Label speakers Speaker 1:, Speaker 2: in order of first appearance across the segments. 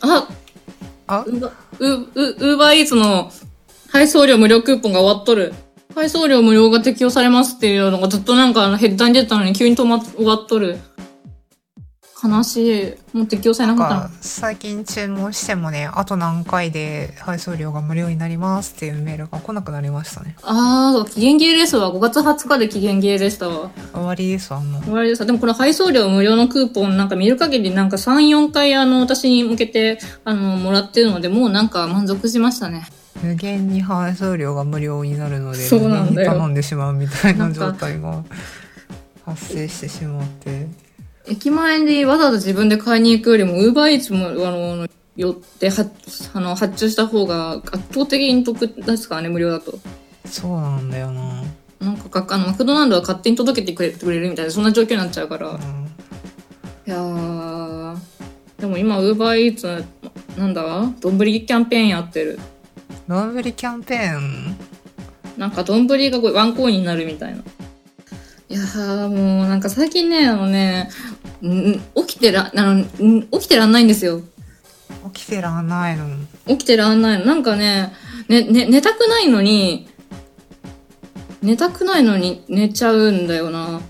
Speaker 1: あ、
Speaker 2: あ
Speaker 1: ウーバウウウーバーイーツの配送料無料クーポンが終わっとる。配送料無料が適用されますっていうのがずっとなんかあのヘッダーに出てたのに急に止まっ終わっとる。悲しい。もう適用されなかった
Speaker 2: なんか最近注文してもねあと何回で配送料が無料になりますっていうメールが来なくなりましたね
Speaker 1: ああ、そう期限切れですわ。5月20日で期限切れでしたわ。
Speaker 2: 終わりですわもう
Speaker 1: 終わりですわ。でもこれ配送料無料のクーポンなんか見る限りなんか3、4回あの私に向けてあのもらってるのでもうなんか満足しましたね。
Speaker 2: 無限に配送料が無料になるので
Speaker 1: そうなんだよ
Speaker 2: 無限に頼んでしまうみたい
Speaker 1: な
Speaker 2: なん
Speaker 1: か
Speaker 2: 状態が発生してしまって
Speaker 1: 駅前でわざわざ自分で買いに行くよりも、ウーバーイーツも、あの、寄っては、あの、発注した方が圧倒的に得ですからね、無料だと。
Speaker 2: そうなんだよな、
Speaker 1: なんかか、あの、マクドナルドは勝手に届けてくれくれるみたいな、そんな状況になっちゃうから。
Speaker 2: うん、
Speaker 1: いやー、でも今、ウーバーイーツ、なんだどんぶりキャンペーンやってる。
Speaker 2: ロンブリキャンペーン
Speaker 1: なんか、丼がこうワンコインになるみたいな。いやー、もう、なんか最近ね、あのね、ん起きてら、あの、ん起きてらんないんですよ。
Speaker 2: 起きてらんないの
Speaker 1: 起きてらんないの。なんかね、ね、ね、寝たくないのに、寝たくないのに寝ちゃうんだよな。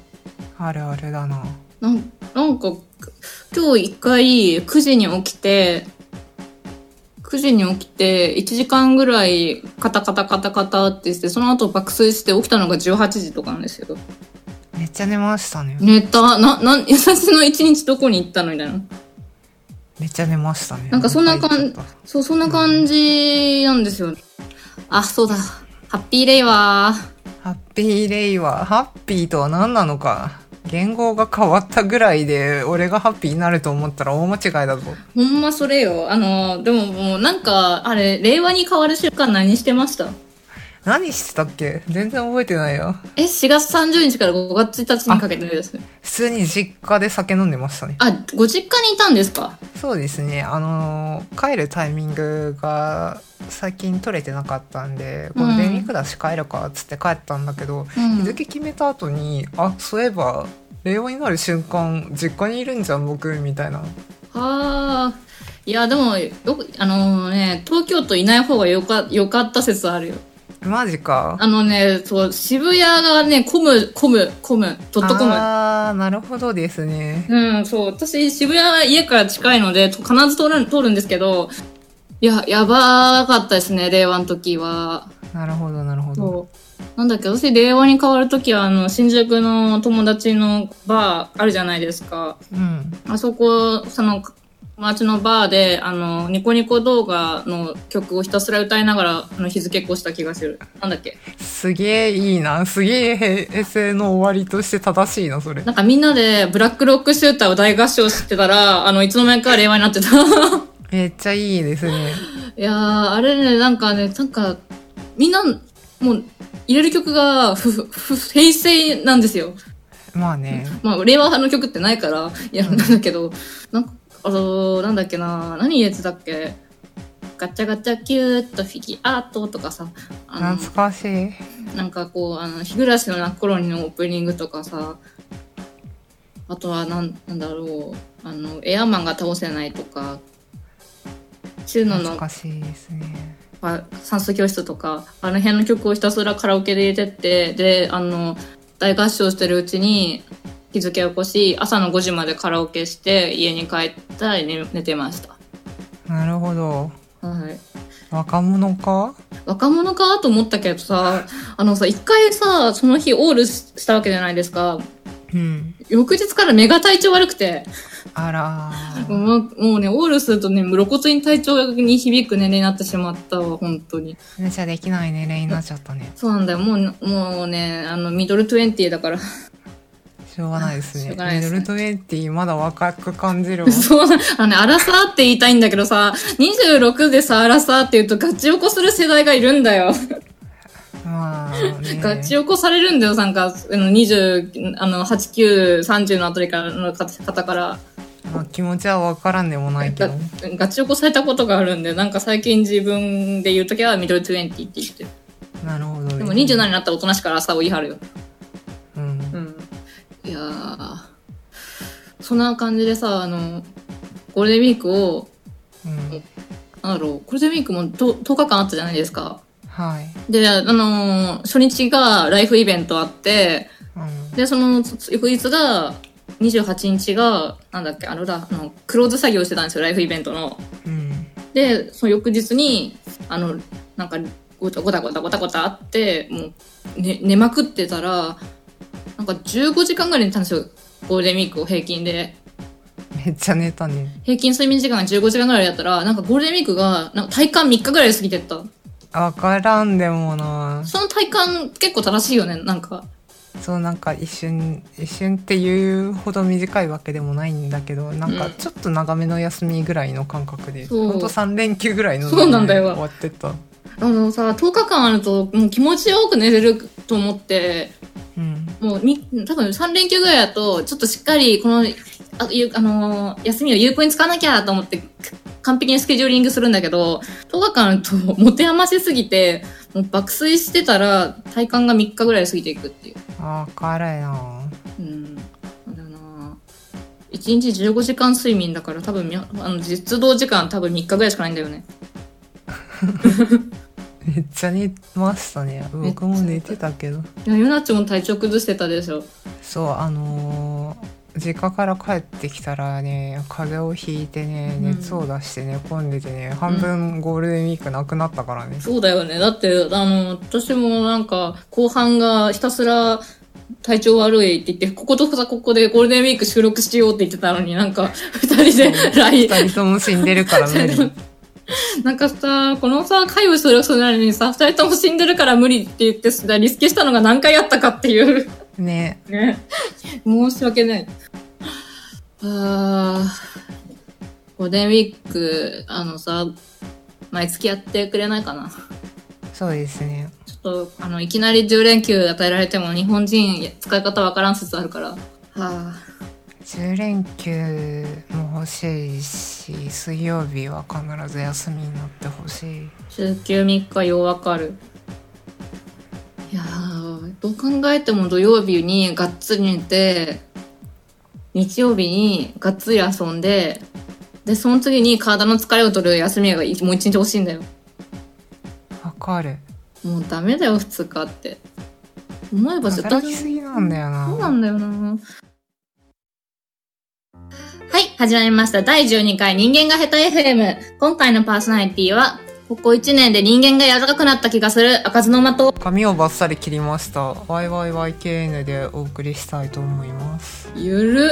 Speaker 2: あるあるだな
Speaker 1: なんなんか、今日一回9時に起きて、9時に起きて1時間ぐらいカタカタカタカタってして、その後爆睡して起きたのが18時とかなんですよ。
Speaker 2: めっちゃ寝ましたね
Speaker 1: 寝た、な、な、優しの一日どこに行ったのみたいな。
Speaker 2: めっちゃ寝ましたね
Speaker 1: なんかそんな感じ
Speaker 2: お腹痛かっ
Speaker 1: そう、そんな感じなんですよね。あ、そうだ。ハッピーレイは
Speaker 2: たハッピーレイはハッピーとは何なのか言語が変わったぐらいで俺がハッピーになると思ったら大間違いだぞ
Speaker 1: ほんまそれよ。あの、でももうなんか、あれ、令和に変わる瞬間何してました
Speaker 2: 何してたっけ全然覚えてないよ
Speaker 1: え、4月30日から5月1日にかけてですね。
Speaker 2: 普通に実家で酒飲んでましたね
Speaker 1: あ、ご実家にいたんですか
Speaker 2: そうですねあのー帰るタイミングが最近取れてなかったんでゴールデンウィークだし帰るかっつって帰ったんだけど、
Speaker 1: うん
Speaker 2: 日付決めた後にあそういえば令和になる瞬間実家にいるんじゃん僕みたいな
Speaker 1: はあ。いや、でも、よく、あのね、東京都いない方がよか、よかった説あるよ。
Speaker 2: マジか
Speaker 1: あのね、そう、渋谷がね、混む、混む、混む、ドットコム。
Speaker 2: あーなるほどですね
Speaker 1: うん、そう。私、渋谷は家から近いので、と必ず通る、通るんですけど、いや、やばかったですね、令和の時は。
Speaker 2: なるほどなるほど
Speaker 1: そう。なんだっけ、私、令和に変わるときは、あの、新宿の友達のバーあるじゃないですか。
Speaker 2: うん
Speaker 1: あそこ、その、町のバーで、あの、ニコニコ動画の曲をひたすら歌いながら、あの、日付越した気がする。なんだっけ。
Speaker 2: すげえいいなすげえ平成の終わりとして正しいなそれ
Speaker 1: なんかみんなで、ブラックロックシューターを大合唱してたら、あの、いつの間にか令和にな ってた。
Speaker 2: めっちゃいいですね
Speaker 1: いやー、あれね、なんかね、なんか、みんな、もう、入れる曲が、ふ、ふ、ふ平成なんですよ。
Speaker 2: まあね
Speaker 1: まあ、令和派の曲ってないから、いや、なんだけど、なんか、あのーなんだっけな、何入れてたっけガチャガチャキューッとフィギュアートとかさ、あ
Speaker 2: 懐かしい
Speaker 1: の、なんかこう、あの、日暮らしの泣く頃にのオープニングとかさ、あとはなん、なんだろう、あの、エアマンが倒せないとか、中野
Speaker 2: 懐
Speaker 1: の
Speaker 2: かしいですね
Speaker 1: まあ、算数教室とかあの辺の曲をひたすらカラオケで入れてってであの大合唱してるうちに日付を起こし朝の5時までカラオケして家に帰ったら寝寝てました、
Speaker 2: なるほど
Speaker 1: はい、
Speaker 2: 若者か
Speaker 1: 若者かと思ったけどさあのさ一回さその日オールししたわけじゃないですか
Speaker 2: うん
Speaker 1: 翌日から目が体調悪くて
Speaker 2: あらー
Speaker 1: もうもうねオールするとね露骨に体調に響く年齢になってしまったわ本当に
Speaker 2: めちゃできない年齢になっちゃったね
Speaker 1: そうなんだよもうもうねあのミドルトゥエンティだから
Speaker 2: しょうがないです
Speaker 1: しょ
Speaker 2: ね
Speaker 1: うがないで
Speaker 2: ミ
Speaker 1: す
Speaker 2: ド
Speaker 1: ね
Speaker 2: ルトゥエンティーまだ若く感じる わ
Speaker 1: そう、あのね、アラサーって言いたいんだけどさ、26でさ、アラサーって言うとガチ起こする世代がいるんだよ。
Speaker 2: まあね
Speaker 1: ガチ起こされるんだよ、なんか、あの、20、あの、8、9、30のあたりからの方から。
Speaker 2: まあ気持ちはわからんでもないけ
Speaker 1: が
Speaker 2: ど
Speaker 1: ガチ起こされたことがあるんで、なんか最近自分で言うときはミドル20って言ってる。
Speaker 2: なるほど
Speaker 1: でも27になったらおとなしくアラサーを言い張るよ。
Speaker 2: うん
Speaker 1: うん。いやーそんな感じでさ、あの、ゴールデンウィークを
Speaker 2: うん、
Speaker 1: なんだろう、ゴールデンウィークもと10日間あったじゃないですか。
Speaker 2: はい、
Speaker 1: で、あのー初日がライフイベントあって、
Speaker 2: うん、
Speaker 1: で、その翌日が、28日が、なんだっけ、あのだ、あの、クローズ作業してたんですよ、ライフイベントの。
Speaker 2: うん、
Speaker 1: で、その翌日に、あの、なんか、ごたごたごたごたごたあって、もう、ね、寝まくってたら、なんか15時間ぐらい寝たんですよ、ゴールデンウィークを平均で。
Speaker 2: めっちゃ寝たね。
Speaker 1: 平均睡眠時間が15時間ぐらいだったら、なんかゴールデンウィークが、なんか体感3日ぐらいで過ぎてった。
Speaker 2: わからんでもな。
Speaker 1: その体感結構正しいよね、なんか。
Speaker 2: そうなんか一瞬一瞬っていうほど短いわけでもないんだけどなんか
Speaker 1: うん
Speaker 2: ちょっと長めの休みぐらいの感覚で、
Speaker 1: そう
Speaker 2: ほんと3連休ぐらいの
Speaker 1: そうなんだよ
Speaker 2: 終わってった
Speaker 1: あのさ、10日間あると、もう気持ちよく寝れると思って、
Speaker 2: うん
Speaker 1: もうみ、多分3連休ぐらいだと、ちょっとしっかり、この、あ、ゆあのー休みを有効に使わなきゃと思って、く完璧にスケジューリングするんだけど、10日間あると、持て余しすぎて、もう爆睡してたら、体感が3日ぐらい過ぎていくっていう。
Speaker 2: あー辛いな
Speaker 1: うん。なんだよな1日15時間睡眠だから、多分み、あの、実動時間多分3日ぐらいしかないんだよね。
Speaker 2: めっちゃ寝ましたね
Speaker 1: めっちゃ寝た
Speaker 2: 僕も寝てたけど
Speaker 1: いや、ゆなっちも体調崩してたでしょ。
Speaker 2: そうあのー実家から帰ってきたらね風邪をひいてね
Speaker 1: うん
Speaker 2: 熱を出して寝込んでてね、半分ゴールデンウィークなくなったからね、
Speaker 1: そうだよね。だって、あの、私もなんか、後半がひたすら体調悪いって言って、こことさ、ここでゴールデンウィーク収録しようって言ってたのになんか、 二人で LINE、
Speaker 2: 二人とも死んでるか ら無理
Speaker 1: なんかさ、このさ、会を収録するのにさ、二人とも死んでるから無理って言ってさ、リスケしたのが何回あったかっていう。
Speaker 2: ね
Speaker 1: ね。申し訳ない。あーゴールデンウィーク、あのさ、毎月やってくれないかな。
Speaker 2: そうですね
Speaker 1: ちょっと、あの、いきなり10連休与えられても日本人使い方わからん説あるから。はあ、
Speaker 2: 10連休も欲しいし水曜日は必ず休みになってほしい
Speaker 1: 週休3日ようわかる。いやー、どう考えても土曜日にがっつり寝て、日曜日にがっつり遊んで、で、その次に体の疲れを取る休みがいもう一日欲しいんだよ。
Speaker 2: わかる
Speaker 1: もうダメだよ、2日って。思えば絶対
Speaker 2: 働きすぎなんだよな
Speaker 1: そうなんだよな。はい、始まりました。第12回人間が下手 FM。今回のパーソナリティは、ここ1年で人間が柔らかくなった気がする赤ずの間と、
Speaker 2: 髪をバッサリ切りました YYYKN でお送りしたいと思います
Speaker 1: ゆる。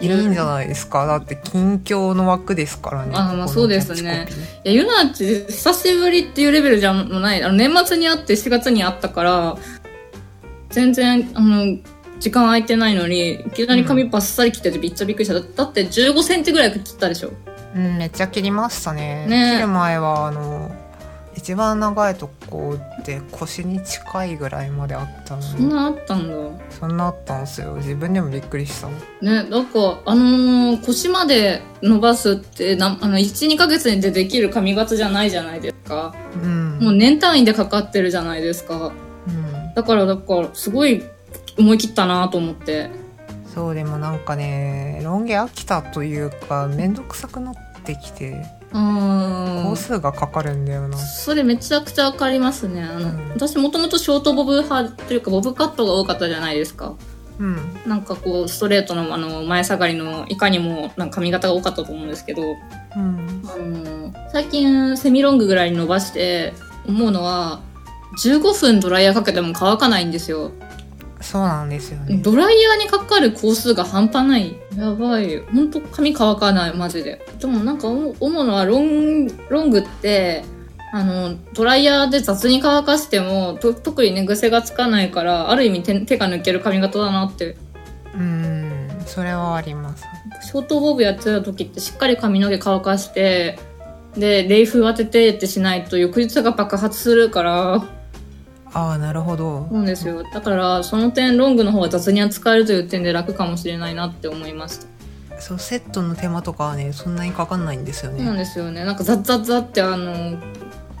Speaker 2: いいんじゃないですかだって近況の枠ですからね
Speaker 1: あまあ
Speaker 2: ここの
Speaker 1: そうですねいや、ゆなっち、久しぶりっていうレベルじゃもうない。あの、年末に会って4月に会ったから、全然、あの、時間空いてないのに、いきなり髪バッサリ切っててびっちゃびっくりした。だだって15センチぐらい切ったでしょ。
Speaker 2: キャッチコピーうんめっちゃ切りましたね
Speaker 1: ね
Speaker 2: 切る前はあの一番長いとこで腰に近いぐらいまであったの
Speaker 1: そん
Speaker 2: に
Speaker 1: なあったんだ。
Speaker 2: そんなあったんですよ自分でもびっくりした
Speaker 1: ね、なんか、あのー腰まで伸ばすってな、あの、1、2ヶ月でできる髪型じゃないじゃないですか。
Speaker 2: うん
Speaker 1: もう年単位でかかってるじゃないですか。
Speaker 2: うん、
Speaker 1: だから、だから、すごい思い切ったなと思って。
Speaker 2: そうでもなんかねロン毛飽きたというか面倒くさくなってきて
Speaker 1: うー
Speaker 2: 工
Speaker 1: ん。
Speaker 2: 数がかかるんだよな、
Speaker 1: それめちゃくちゃわかりますね。あの、
Speaker 2: うん
Speaker 1: 私もともとショートボブ派というか、ボブカットが多かったじゃないですか。
Speaker 2: うん
Speaker 1: なんかこう、ストレートのあの、前下がりの、いかにもなんか髪型が多かったと思うんですけど、
Speaker 2: うん、
Speaker 1: あのー最近セミロングぐらいに伸ばして思うのは15分ドライヤーかけても乾かないんですよ
Speaker 2: そうなんですよね
Speaker 1: ドライヤーにかかる工数が半端ないやばいほんと髪乾かないマジででもなんか思う思うのはロンロングってあのドライヤーで雑に乾かしてもと特にね癖がつかないからある意味手手が抜ける髪型だなって
Speaker 2: うんそれはあります
Speaker 1: ショートボブやってた時ってしっかり髪の毛乾かしてで冷風当ててってしないと翌日が爆発するから
Speaker 2: ああなるほど
Speaker 1: そうですよだからその点ロングの方が雑に扱えるという点で楽かもしれないなって思いました
Speaker 2: そうセットの手間とかはねそんなにかかんないんですよ
Speaker 1: そうなん
Speaker 2: ね、
Speaker 1: ですよねなんかザッザッザッってあの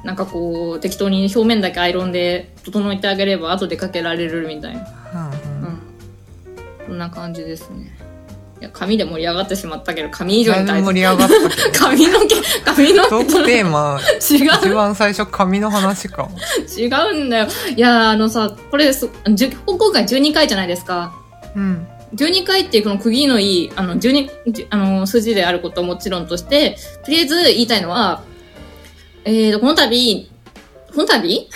Speaker 1: なんかこう適当に表面だけアイロンで整えてあげれば後でかけられるみたいな
Speaker 2: うんう
Speaker 1: うんんそんな感じですねいや、髪で盛り上がってしまったけど、髪以上に
Speaker 2: だ
Speaker 1: 大
Speaker 2: い
Speaker 1: 事
Speaker 2: ぶ盛。り上がったけ
Speaker 1: 髪の毛、髪の
Speaker 2: ど。トー クテーマ、
Speaker 1: 毛、違
Speaker 2: 一番最初髪の話か。
Speaker 1: う、違うんだよ。いや、あのさ、これ、そじゅ今回12回じゃないですか。
Speaker 2: うん。
Speaker 1: 12回っていうこの区切りのいい、あの、12、じゅあの、数字であることはもちろんとして、とりあえず言いたいのは、えーと、この度、この度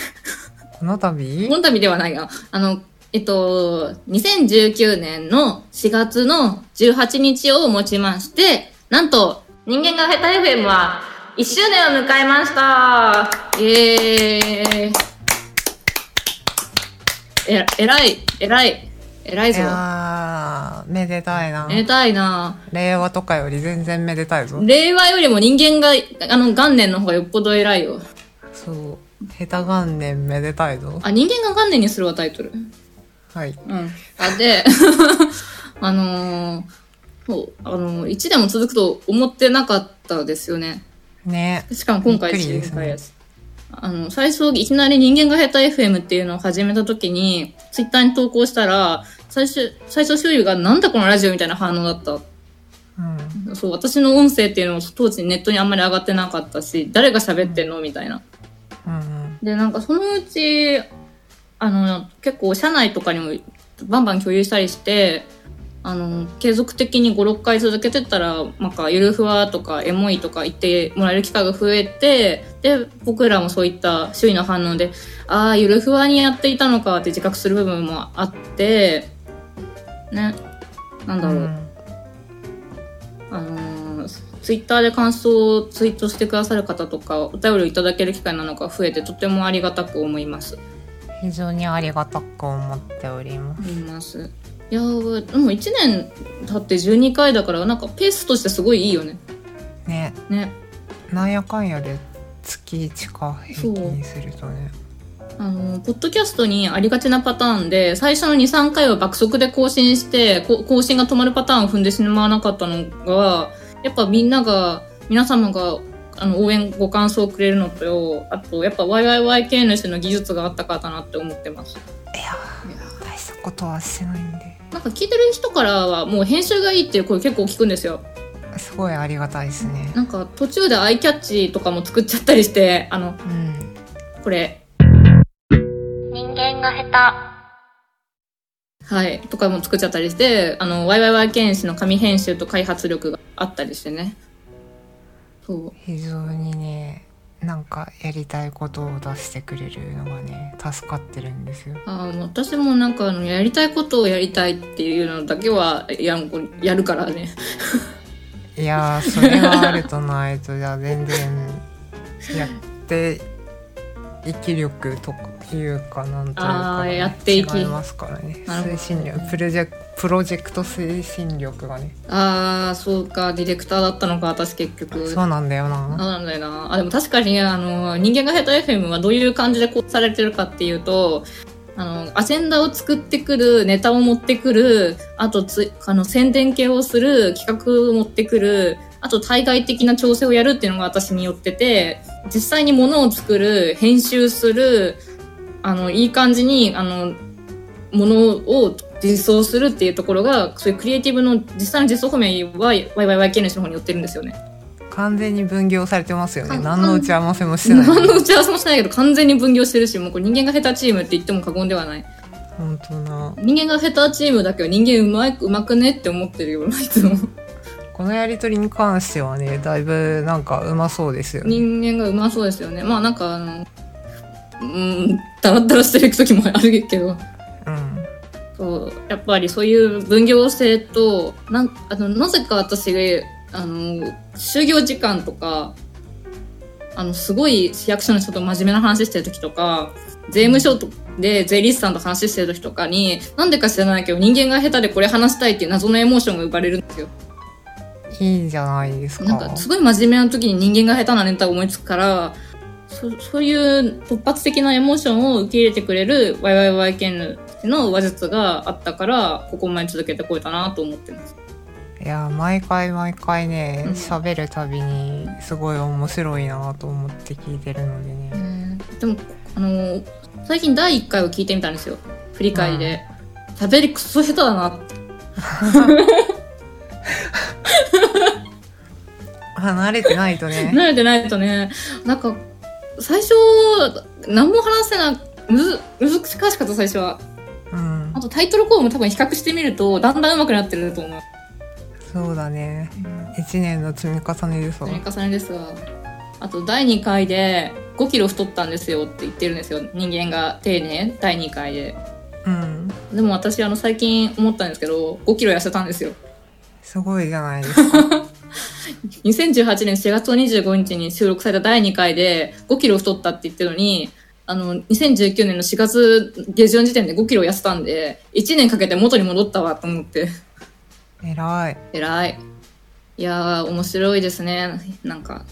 Speaker 2: この度
Speaker 1: この度ではないが、あの、えっと、2019年の4月の18日をもちまして、なんと、人間が下手 FM は1周年を迎えましたイェーイえ、えらい、えらい、えらい
Speaker 2: い
Speaker 1: ぞ。
Speaker 2: やー、めでたいな。
Speaker 1: めでたいな
Speaker 2: 令和とかより全然めでたいぞ。
Speaker 1: 令和よりも人間が、あの、元年の方がよっぽど偉いよ。
Speaker 2: そう。下手元年めでたいぞ。
Speaker 1: あ、人間が元年にするわ、タイトル。
Speaker 2: はい。
Speaker 1: うん。あ、で、 あのーそう、あのー、1年も続くと思ってなかったですよね。
Speaker 2: ね。
Speaker 1: しかも今回
Speaker 2: びっくりです
Speaker 1: 1
Speaker 2: ね
Speaker 1: 回です。あの、最初、いきなり人間が下手 FM っていうのを始めた時に、ツイッターに投稿したら、最初、最初周囲がなんだこのラジオみたいな反応だった。
Speaker 2: うん。
Speaker 1: そう、私の音声っていうのも当時ネットにあんまり上がってなかったし、誰が喋ってんのみたいな。
Speaker 2: うんうん。
Speaker 1: で、なんかそのうち、あの、結構社内とかにもバンバン共有したりして、あの、継続的に5、6回続けてたら、なんか、ゆるふわとか、エモいとか言ってもらえる機会が増えて、で、僕らもそういった周囲の反応で、ああ、ゆるふわにやっていたのかって自覚する部分もあって、ね、なんだろう。
Speaker 2: うん
Speaker 1: あのツイッターで感想をツイートしてくださる方とかお便りをいただける機会なのが増えてとてもありがたく思います。
Speaker 2: 非常にありがたく思っております。
Speaker 1: 思いますいやーでも1年経って12回だからなんかペースとしてすごいいいよね。
Speaker 2: ね。
Speaker 1: ね。
Speaker 2: なんやかんやで月1か平均するとね。
Speaker 1: あのポッドキャストにありがちなパターンで最初の23回は爆速で更新してこ更新が止まるパターンを踏んでしまわなかったのがやっぱみんなが皆様があの応援ご感想をくれるのとあとやっぱ YYYK 主の技術があったからだなって思ってます
Speaker 2: いやー、大したことはしてないんで。
Speaker 1: なんか聞いてる人からはもう編集がいいっていう声結構聞くんですよ
Speaker 2: すごいありがたいですね。
Speaker 1: なんか途中でアイキャッチとかも作っちゃったりしてあの
Speaker 2: うん。
Speaker 1: これ
Speaker 3: 人間が下
Speaker 1: はい、とかも作っちゃったりして、あの、YYY 剣士の紙編集と開発力があったりしてね。そう。
Speaker 2: 非常にね、なんかやりたいことを出してくれるのがね、助かってるんですよ。
Speaker 1: あーもう私もなんかあの、やりたいことをやりたいっていうのだけは、やんこやるからね。
Speaker 2: いやー、それがあるとないと、じゃあ全然、やって、生き力というか、なんと
Speaker 1: あ
Speaker 2: いうか、
Speaker 1: ーやっていき
Speaker 2: 違いますからね。
Speaker 1: なるほど
Speaker 2: 推進力、プロジェクプロジェクト推進力がね。
Speaker 1: ああ、そうか、ディレクターだったのか、私結局。
Speaker 2: そうなんだよ
Speaker 1: そう
Speaker 2: な。
Speaker 1: なんだよな。あ、でも確かに、あの、人間が下手 FM はどういう感じでこうされてるかっていうと、あの、アジェンダを作ってくる、ネタを持ってくる、あとつ、あの、宣伝系をする、企画を持ってくる、あと対外的な調整をやるっていうのが私によってて、実際に物を作る、編集する、あの、いい感じに、あの、物を実装するっていうところが、そういうクリエイティブの実際の実装方面は、YYYK の人の方に寄ってるんですよね。
Speaker 2: 完全に分業されてますよね。
Speaker 1: あ
Speaker 2: 何の打ち合わせもしてない。
Speaker 1: 何の打ち合わせもしないけど完全に分業してるしもうこれ人間が下手チームって言っても過言ではない
Speaker 2: 本当な。
Speaker 1: 人間が下手チームだけど人間うまいうまくねって思ってるよないつ も
Speaker 2: このやりとりに関してはね、だいぶなんかうまそうですよね。
Speaker 1: 人間がうまそうですよねまあなんかあのうんだらだらしてる時もあるけど
Speaker 2: うん。
Speaker 1: そうやっぱりそういう分業制となんあのなぜか私あの就業時間とかあのすごい市役所の人と真面目な話してる時とか税務署とで税理士さんと話してる時とかになんでか知らないけど人間が下手でこれ話したいっていう謎のエモーションが生まれるんですよ。
Speaker 2: いいじゃないですか。
Speaker 1: なんかすごい真面目な時に人間が下手なネタを思いつくからそそういう突発的なエモーションを受け入れてくれる YYYKN の話術があったからここまで続けてこれたなと思ってます。
Speaker 2: いや毎回毎回ね
Speaker 1: うん
Speaker 2: 喋、るたびにすごい面白いなと思って聞いてるのでね、
Speaker 1: でもあの最近第1回を聞いてみたんですよ振り返りで。喋りクソ下手だなって
Speaker 2: 離れてないとね。
Speaker 1: 慣れてないと ね、なんか、最初、何も話せな、むず、難しかった最初は。
Speaker 2: うん
Speaker 1: あ。とタイトルコールも多分比較してみると、だんだん上手くなってると思う。
Speaker 2: そうだね。一年の積み重ねでそう
Speaker 1: 積。み重ねですが。あと、第2回で5キロ太ったんですよって言ってるんですよ。人間が丁寧、第2回で。
Speaker 2: うん。
Speaker 1: でも私、あの、最近思ったんですけど、5キロ痩せたんですよ。
Speaker 2: すごいじゃな いですか。
Speaker 1: 2018年4月25日に収録された第2回で5キロ太ったって言ってるのに、あの、2019年の4月下旬時点で5キロ痩せたんで、1年かけて元に戻ったわと思って。
Speaker 2: 偉い。
Speaker 1: 偉い。いやー、面白いですね。なんか、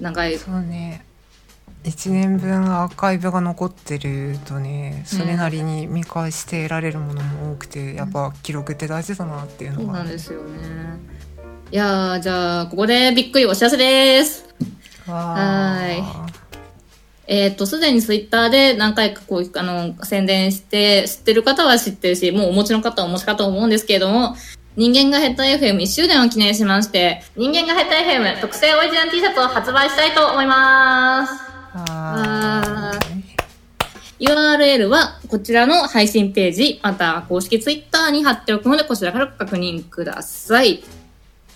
Speaker 1: 長い。
Speaker 2: そうね。一年分アーカイブが残ってるとね、それなりに見返して得られるものも多くて、やっぱ記録って大事だなっていう
Speaker 1: そ
Speaker 2: の
Speaker 1: う
Speaker 2: が
Speaker 1: なん。ですよね。いやー、じゃあ、ここでびっくりお知らせです。
Speaker 2: わー
Speaker 1: はえっ、と、すでにツイッターで何回かこう、あの、宣伝して、知ってる方は知ってるし、もうお持ちの方はお持ちかと思うんですけれども、人間がヘッダ FM1 周年を記念しまして、人間がヘッダ FM 特製オリジナル T シャツを発売したいと思います。
Speaker 2: はーい
Speaker 1: URL はこちらの配信ページ、または公式ツイッターに貼っておくので、こちらからご確認ください。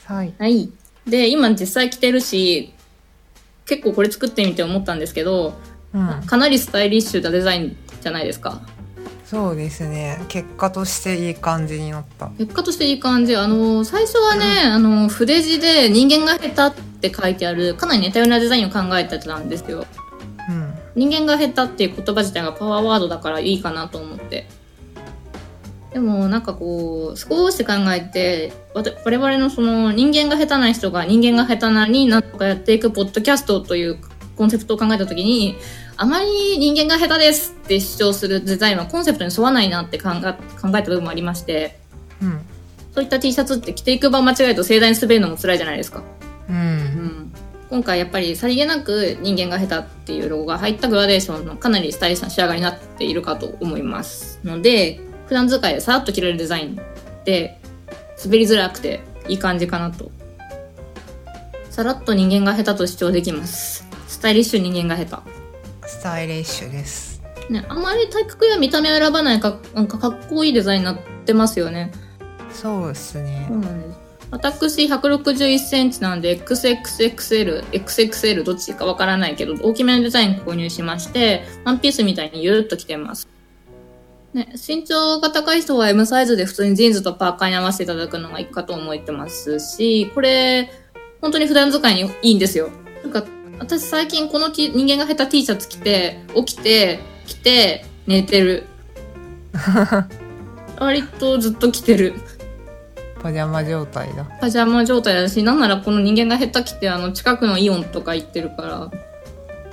Speaker 2: はい。
Speaker 1: はい。で、今実際着てるし、結構これ作ってみて思ったんですけど、
Speaker 2: うん。
Speaker 1: かなりスタイリッシュなデザインじゃないですか。
Speaker 2: そうですね。結果としていい感じになった。
Speaker 1: 結果としていい感じ。あの、最初はね、あの、筆字で人間が下手って書いてある、かなり似たようなデザインを考えてたんですよ。
Speaker 2: うん。
Speaker 1: 人間が下手っていう言葉自体がパワーワードだからいいかなと思って。でもなんかこう、少し考えて、わた我々のその人間が下手な人が人間が下手なになんとかやっていくポッドキャストというコンセプトを考えたときに、あまり人間が下手ですって主張するデザインはコンセプトに沿わないなって考え考えた部分もありまして、
Speaker 2: うん。
Speaker 1: そういった T シャツって着ていく場間違えると盛大に滑るのも辛いじゃないですか。
Speaker 2: う。
Speaker 1: うんん。今回やっぱりさりげなく人間が下手っていうロゴが入ったグラデーションのかなりスタイリッシュな仕上がりになっているかと思います。ので、普段使いでさらっと着れるデザインで滑りづらくていい感じかなと。さらっと人間が下手と主張できます。スタイリッシュ人間が下手。
Speaker 2: スタイリッシュです。
Speaker 1: ね、あまり体格や見た目を選ばないか、なんかかっこいいデザインになってますよね。
Speaker 2: そうですね
Speaker 1: そう。なんです。私161センチなんで XXXL、XXL どっちかわからないけど、大きめのデザイン購入しまして、ワンピースみたいにゆるっと着てます。ね、身長が高い人は M サイズで普通にジーンズとパーカーに合わせていただくのがいいかと思ってますし、これ、本当に普段使いにいいんですよ。なんか、私最近この T- 人間が下手 T シャツ着て、起きて、着て、寝てる。割とずっと着てる。
Speaker 2: パジャマ状態だ。
Speaker 1: パジャマ状態だし、なんならこの人間が下手きて、あの、近くのイオンとか行ってるか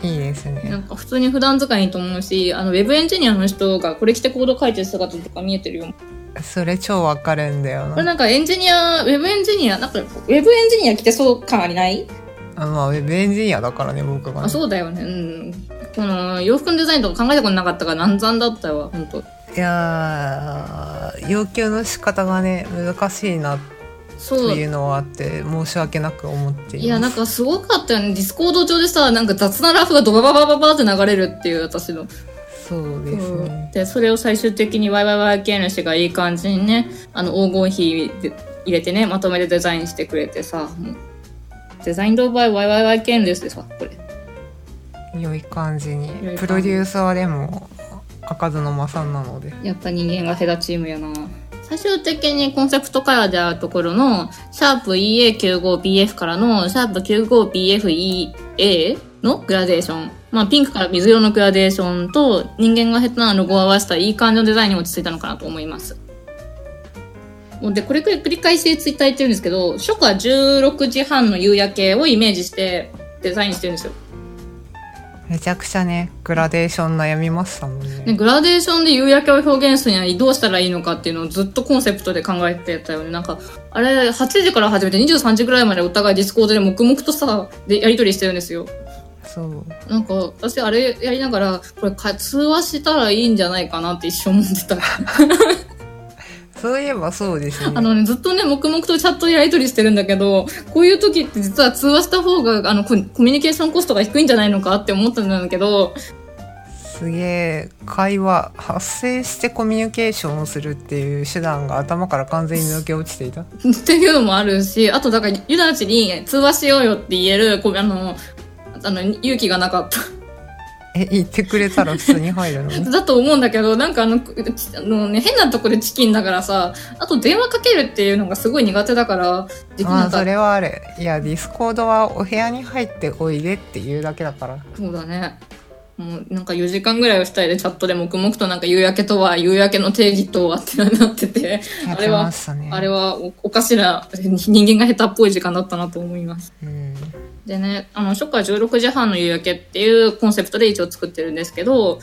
Speaker 2: いいです
Speaker 1: ら、な
Speaker 2: ね。
Speaker 1: んか普通に普段使いにと思うし、あの、ウェブエンジニアの人がこれ着てコード書いてる姿とか見えてるよ。
Speaker 2: それ超わかるんだよ
Speaker 1: これ
Speaker 2: な。
Speaker 1: なんかエンジニア、ウェブエンジニア、なんか、ウェブエンジニア着てそう感ありない
Speaker 2: あまあ、ウェブエンジニアだからね、僕がね、
Speaker 1: あ、そうだよね。うん。この、洋服のデザインとか考えたことなかったから、難産だったわ、ほんと。
Speaker 2: いやー、要求の仕方がね、難しいな
Speaker 1: そ
Speaker 2: と
Speaker 1: う。
Speaker 2: いうのはあって、申し訳なく思っています。
Speaker 1: いや、なんかすごかったよね。ディスコード上でさ、なんか雑なラフがドバババババって流れるっていう、私の。
Speaker 2: そうですね。
Speaker 1: でそれを最終的に YYYK 主がいい感じにねあの黄金比で入れてねまとめてデザインしてくれてさもうデザインドバイ YYYK ですでさこれ
Speaker 2: 良い感じに
Speaker 1: 良い感。じ
Speaker 2: プロデューサーでも、開かずの間さんなので。
Speaker 1: やっぱ人間がヘダチームやな最終的にコンセプトカラーであるところのシャープ EA95BF からのシャープ 95BFEA のグラデーションまあピンクから水色のグラデーションと人間が下手なロゴを合わせたいい感じのデザインに落ち着いたのかなと思いますもうでこれくらい繰り返しツイッター言ってるんですけど初夏16時半の夕焼けをイメージしてデザインしてるんですよ
Speaker 2: めちゃくちゃね、グラデーション悩みましたもん
Speaker 1: ね、
Speaker 2: ね。
Speaker 1: グラデーションで夕焼けを表現するにはどうしたらいいのかっていうのをずっとコンセプトで考えてたよね。なんか、あれ、8時から始めて23時ぐらいまでお互いディスコードで黙々とさ、で、やりとりしてるんですよ。
Speaker 2: そう。
Speaker 1: なんか、私あれやりながら、これ、か通話したらいいんじゃないかなって一生思ってた。
Speaker 2: そういえばそうですね。
Speaker 1: あのね、ずっとね、黙々とチャットでやり取りしてるんだけど、こういう時って実は通話した方が、あの、コミコミュニケーションコストが低いんじゃないのかって思ったんだけど、
Speaker 2: すげえ会話発生してコミュニケーションをするっていう手段が頭から完全に抜け落ちていた。
Speaker 1: っていうのもあるし、あとだから、ユダたちに通話しようよって言える、こうあの、あの、勇気がなかった。
Speaker 2: え、言ってくれたら普通に入る のに。
Speaker 1: だと思うんだけど、なんかあの、ちあのね、変なとこでチキンだからさ、あと電話かけるっていうのがすごい苦手だから、でき
Speaker 2: ま
Speaker 1: な
Speaker 2: あ
Speaker 1: か
Speaker 2: そ
Speaker 1: った。
Speaker 2: れはある。いや、ディスコードはお部屋に入っておいでっていうだけだから。
Speaker 1: そうだね。もうなんか4時間ぐらいをしたいでチャットで黙々となんか夕焼けとは、夕焼けの定義とはってなってて、
Speaker 2: や
Speaker 1: あ
Speaker 2: って
Speaker 1: れは
Speaker 2: ましたね。
Speaker 1: あれはおおかしな人間が下手っぽい時間だったなと思います。
Speaker 2: うん。
Speaker 1: でね、あの、初夏16時半の夕焼けっていうコンセプトで一応作ってるんですけど、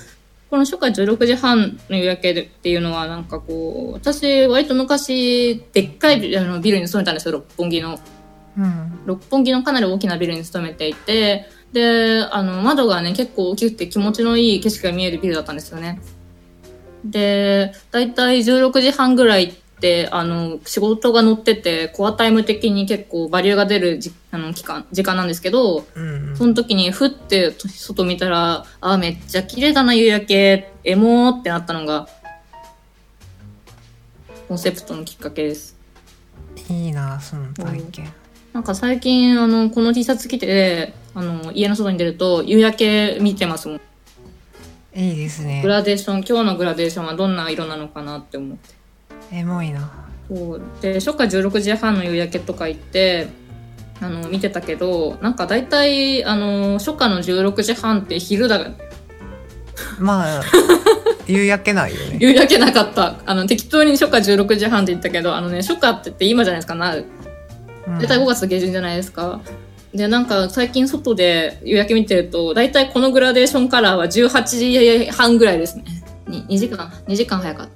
Speaker 1: この初夏16時半の夕焼けっていうのはなんかこう、私割と昔、でっかいあのビルに勤めたんですよ、六本木の。
Speaker 2: うん。
Speaker 1: 六本木のかなり大きなビルに勤めていて、で、あの、窓がね、結構大きくて気持ちのいい景色が見えるビルだったんですよね。で、だいたい16時半ぐらいって、あの、仕事が乗ってて、コアタイム的に結構バリューが出るじあの期間、時間なんですけど、
Speaker 2: うん
Speaker 1: その時にふって外見たら、あー、めっちゃ綺麗だな、夕焼け、エモーってなったのが、コンセプトのきっかけです。
Speaker 2: いいな、その体験。
Speaker 1: なんか最近、あの、この T シャツ着て、あの、家の外に出ると、夕焼け見てますもん。
Speaker 2: いいですね
Speaker 1: グ。ラデーション、今日のグラデーションはどんな色なのかなって思って。
Speaker 2: エモいな。
Speaker 1: そう。で、初夏16時半の夕焼けとか行って、あの、見てたけど、なんか大体、あの、初夏の16時半って昼だ、
Speaker 2: まあ、 夕焼けないよね。
Speaker 1: 夕焼けなかった。あの、適当に初夏16時半って言ったけど、あのね、初夏って言って今じゃないですか、なる。
Speaker 2: うん
Speaker 1: 大体5月下旬じゃないですか。で、なんか最近外で夕焼け見てると、大体このグラデーションカラーは18時半ぐらいですね。に2時間、2時間早かった。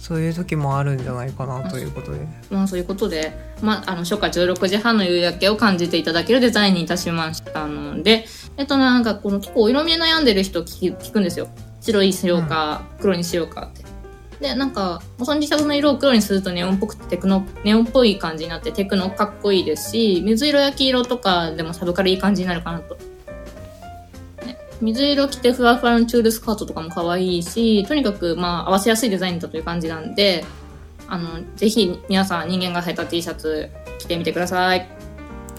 Speaker 2: そういう時もあるんじゃないかなということで。
Speaker 1: まあそういうことで、まあ、あの、初夏16時半の夕焼けを感じていただけるデザインにいたしましたので、えっとなんかこの結構お色味で悩んでる人聞き聞くんですよ。白にしようか、黒にしようかって。で、なんか、その自宅の色を黒にするとネオンっぽくてテクノ、ネオンっぽい感じになってテクノかっこいいですし、水色や黄色とかでもサブからいい感じになるかなと。ね水色着てふわふわのチュールスカートとかも可愛いし、とにかくまあ合わせやすいデザインだという感じなんで、あの、ぜひ皆さん人間が生えた T シャツ着てみてください。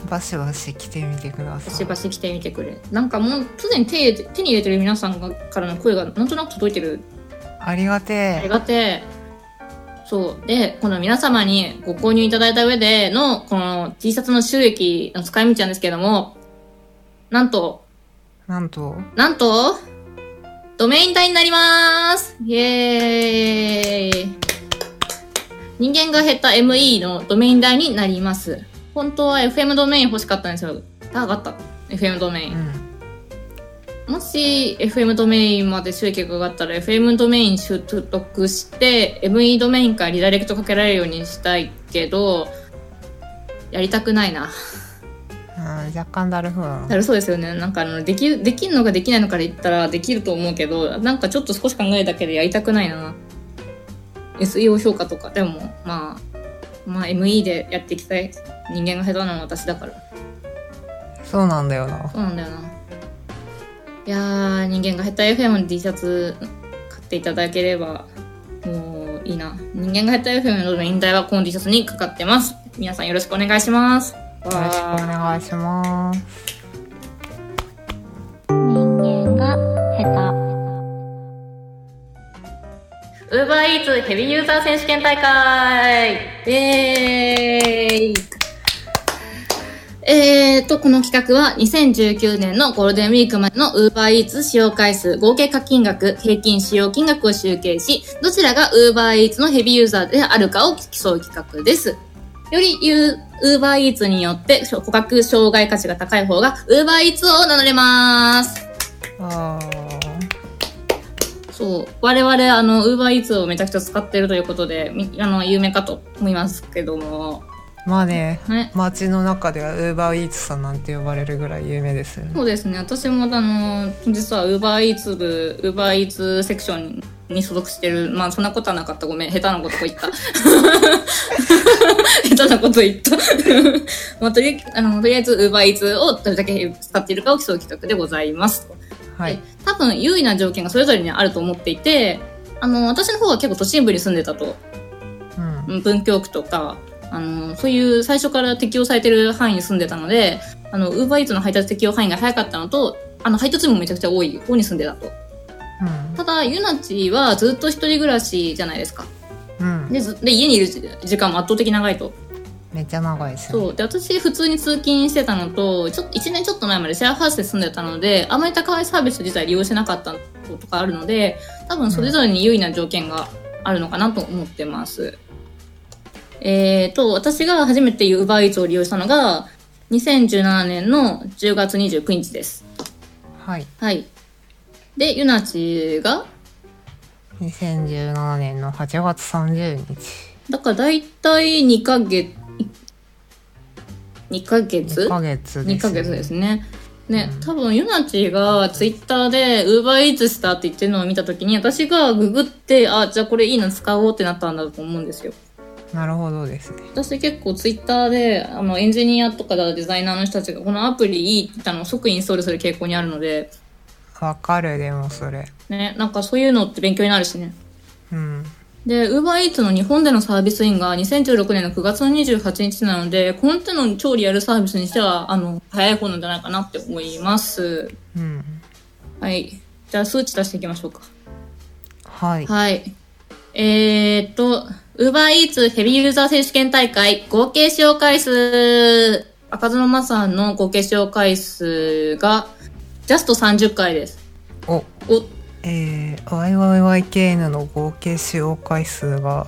Speaker 2: バシバシ来てみてくださ
Speaker 1: バシ
Speaker 2: い。
Speaker 1: バシ着てみてくれ。なんかもう、すでに手入れて手に入れてる皆さんがからの声がなんとなく届いてる。
Speaker 2: ありが
Speaker 1: あり
Speaker 2: て
Speaker 1: がてえ。そう。で、この皆様にご購入いただいた上での、この T シャツの収益の使い道なんですけども、なんと、
Speaker 2: え。なんと、
Speaker 1: なんと、ドメイン代になりますイエーイ人間が減った ME のドメイン代になります。本当は FM ドメイン欲しかったんですよ。高かった。FM ドメイ
Speaker 2: う
Speaker 1: ン。
Speaker 2: ん。
Speaker 1: もし FM ドメインまで収益が上がったら FM ドメイン取得して ME ドメインからリダイレクトかけられるようにしたいけど、やりたくないな。
Speaker 2: あー若干だるふん
Speaker 1: な。るそうですよね。なんかあの、できる、できるのかできないのかで言ったらできると思うけど、なんかちょっと少し考えただけでやりたくないな。SEO 評価とか。でも、まあ、まあ ME でやっていきたい。人間が下手なのは私だから。
Speaker 2: そうなんだよな。
Speaker 1: そうなんだよな。いやー、人間が下手 FM の T シャツ買っていただければ、もういいな。人間が下手 FM の引退はこの T シャツにかかってます。皆さんよろしくお願いします。
Speaker 2: よろしくお願いします。
Speaker 3: 人間が下手。
Speaker 1: ウーバーイーツヘビーユーザー選手権大会イエーイえーと、この企画は2019年のゴールデンウィークまでの UberEats 使用回数、合計課金額、平均使用金額を集計し、どちらが UberEats のヘビーユーザーであるかを競う企画です。より UberEats によって顧客障害価値が高い方が UberEats を名乗れます。
Speaker 2: あ
Speaker 1: そう。我々、あの、ウーバーイーツをめちゃくちゃ使ってるということで、みあの、有名かと思いますけども。
Speaker 2: ーまあね、
Speaker 1: ね。
Speaker 2: 街の中ではウーバーイーツさんなんて呼ばれるぐらい有名ですよね。
Speaker 1: そうですね。私も、あの、実はウーバーイーツ部、ウーバーイーツセクションに所属してる。まあ、そんなことはなかった。ごめん。下手なこと言った。 下手なこと言った。 まあ、とりあえず、あの、とりあえず、ウーバーイーツをどれだけ使っているかを競う企画でございます。
Speaker 2: はい
Speaker 1: で。多分、優位な条件がそれぞれにあると思っていて、あの、私の方は結構都心部に住んでたと。
Speaker 2: うん。
Speaker 1: うん文京区とか、あの、そういう最初から適用されてる範囲に住んでたので、あの、ウーバーイーツの配達適用範囲が早かったのと、あの、配達もめちゃくちゃ多い方に住んでたと。ただ、ゆなちはずっと一人暮らしじゃないですか。
Speaker 2: うん。うん。
Speaker 1: で、ずで家にいる時時間も圧倒的に長いと。
Speaker 2: めっちゃ長いですよね。
Speaker 1: そう。で、私、普通に通勤してたのと、ちょっと、1年ちょっと前までシェアハウスで住んでたので、あまり高いサービス自体利用してなかったこととかあるので、多分それぞれに優位な条件があるのかなと思ってます。えーと、私が初めて UberEats を利用したのが、2017年の10月29日です。
Speaker 2: はい。
Speaker 1: はい。で、ゆなちが、
Speaker 2: 2017年の8月30日。
Speaker 1: だから大体2ヶ月、2ヶ月
Speaker 2: 2ヶ月です、
Speaker 1: 2ヶ月です。ね。ね、
Speaker 2: うん
Speaker 1: 多分ユナチがツイッターで UberEats したって言ってるのを見たときに私がググって、あ、じゃあこれいいの使おうってなったんだと思うんですよ。
Speaker 2: なるほどですね。
Speaker 1: 私結構ツイッターであのエンジニアとかデザイナーの人たちがこのアプリいいって言ったのを即インストールする傾向にあるので、
Speaker 2: わかる、でもそれ。
Speaker 1: ね、なんかそういうのって勉強になるしね。
Speaker 2: うん。
Speaker 1: で、UberEats の日本でのサービスインが2016年の9月の28日なので、この手の超リアルサービスにしては、あの、早い方なんじゃないかなって思います。
Speaker 2: うん。
Speaker 1: はい。じゃあ数値出していきましょうか。
Speaker 2: はい。
Speaker 1: はい。えー、っと、UberEats ヘビーユーザー選手権大会合計使用回数、赤園マさんの合計使用回数が、ジャスト30回です。
Speaker 2: お、
Speaker 1: お、
Speaker 2: えー、YYYKN の合計使用回数が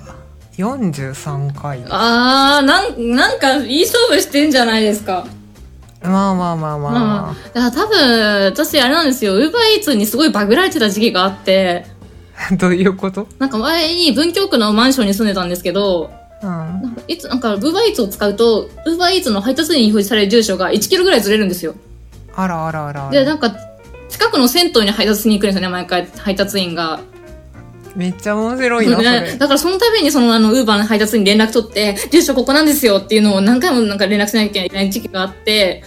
Speaker 2: 43回。
Speaker 1: あー、なん、なんかいい勝負してんじゃないですか。
Speaker 2: まあまあまあまあ
Speaker 1: ま
Speaker 2: ま
Speaker 1: あ、だから多分、私あれなんですよ、UberEats にすごいバグられてた時期があって、
Speaker 2: あ。 どういうこと
Speaker 1: なんか前に文京区のマンションに住んでたんですけど、
Speaker 2: うん。
Speaker 1: なんかいつ、なんか、ウーバーイーツを使うと、ウーバーイーツの配達員に表示される住所が1キロぐらいずれるんですよ。
Speaker 2: あらあらあらあ
Speaker 1: で、
Speaker 2: ら。
Speaker 1: なんか、近くの銭湯に配達しに行くんですよね、毎回、配達員が。
Speaker 2: めっちゃ面白いな、そ
Speaker 1: ね
Speaker 2: れ。
Speaker 1: だからそのために、その、あの、ウーバーの配達員に連絡取って、住所ここなんですよっていうのを何回もなんか連絡しなきゃいけない時期があって、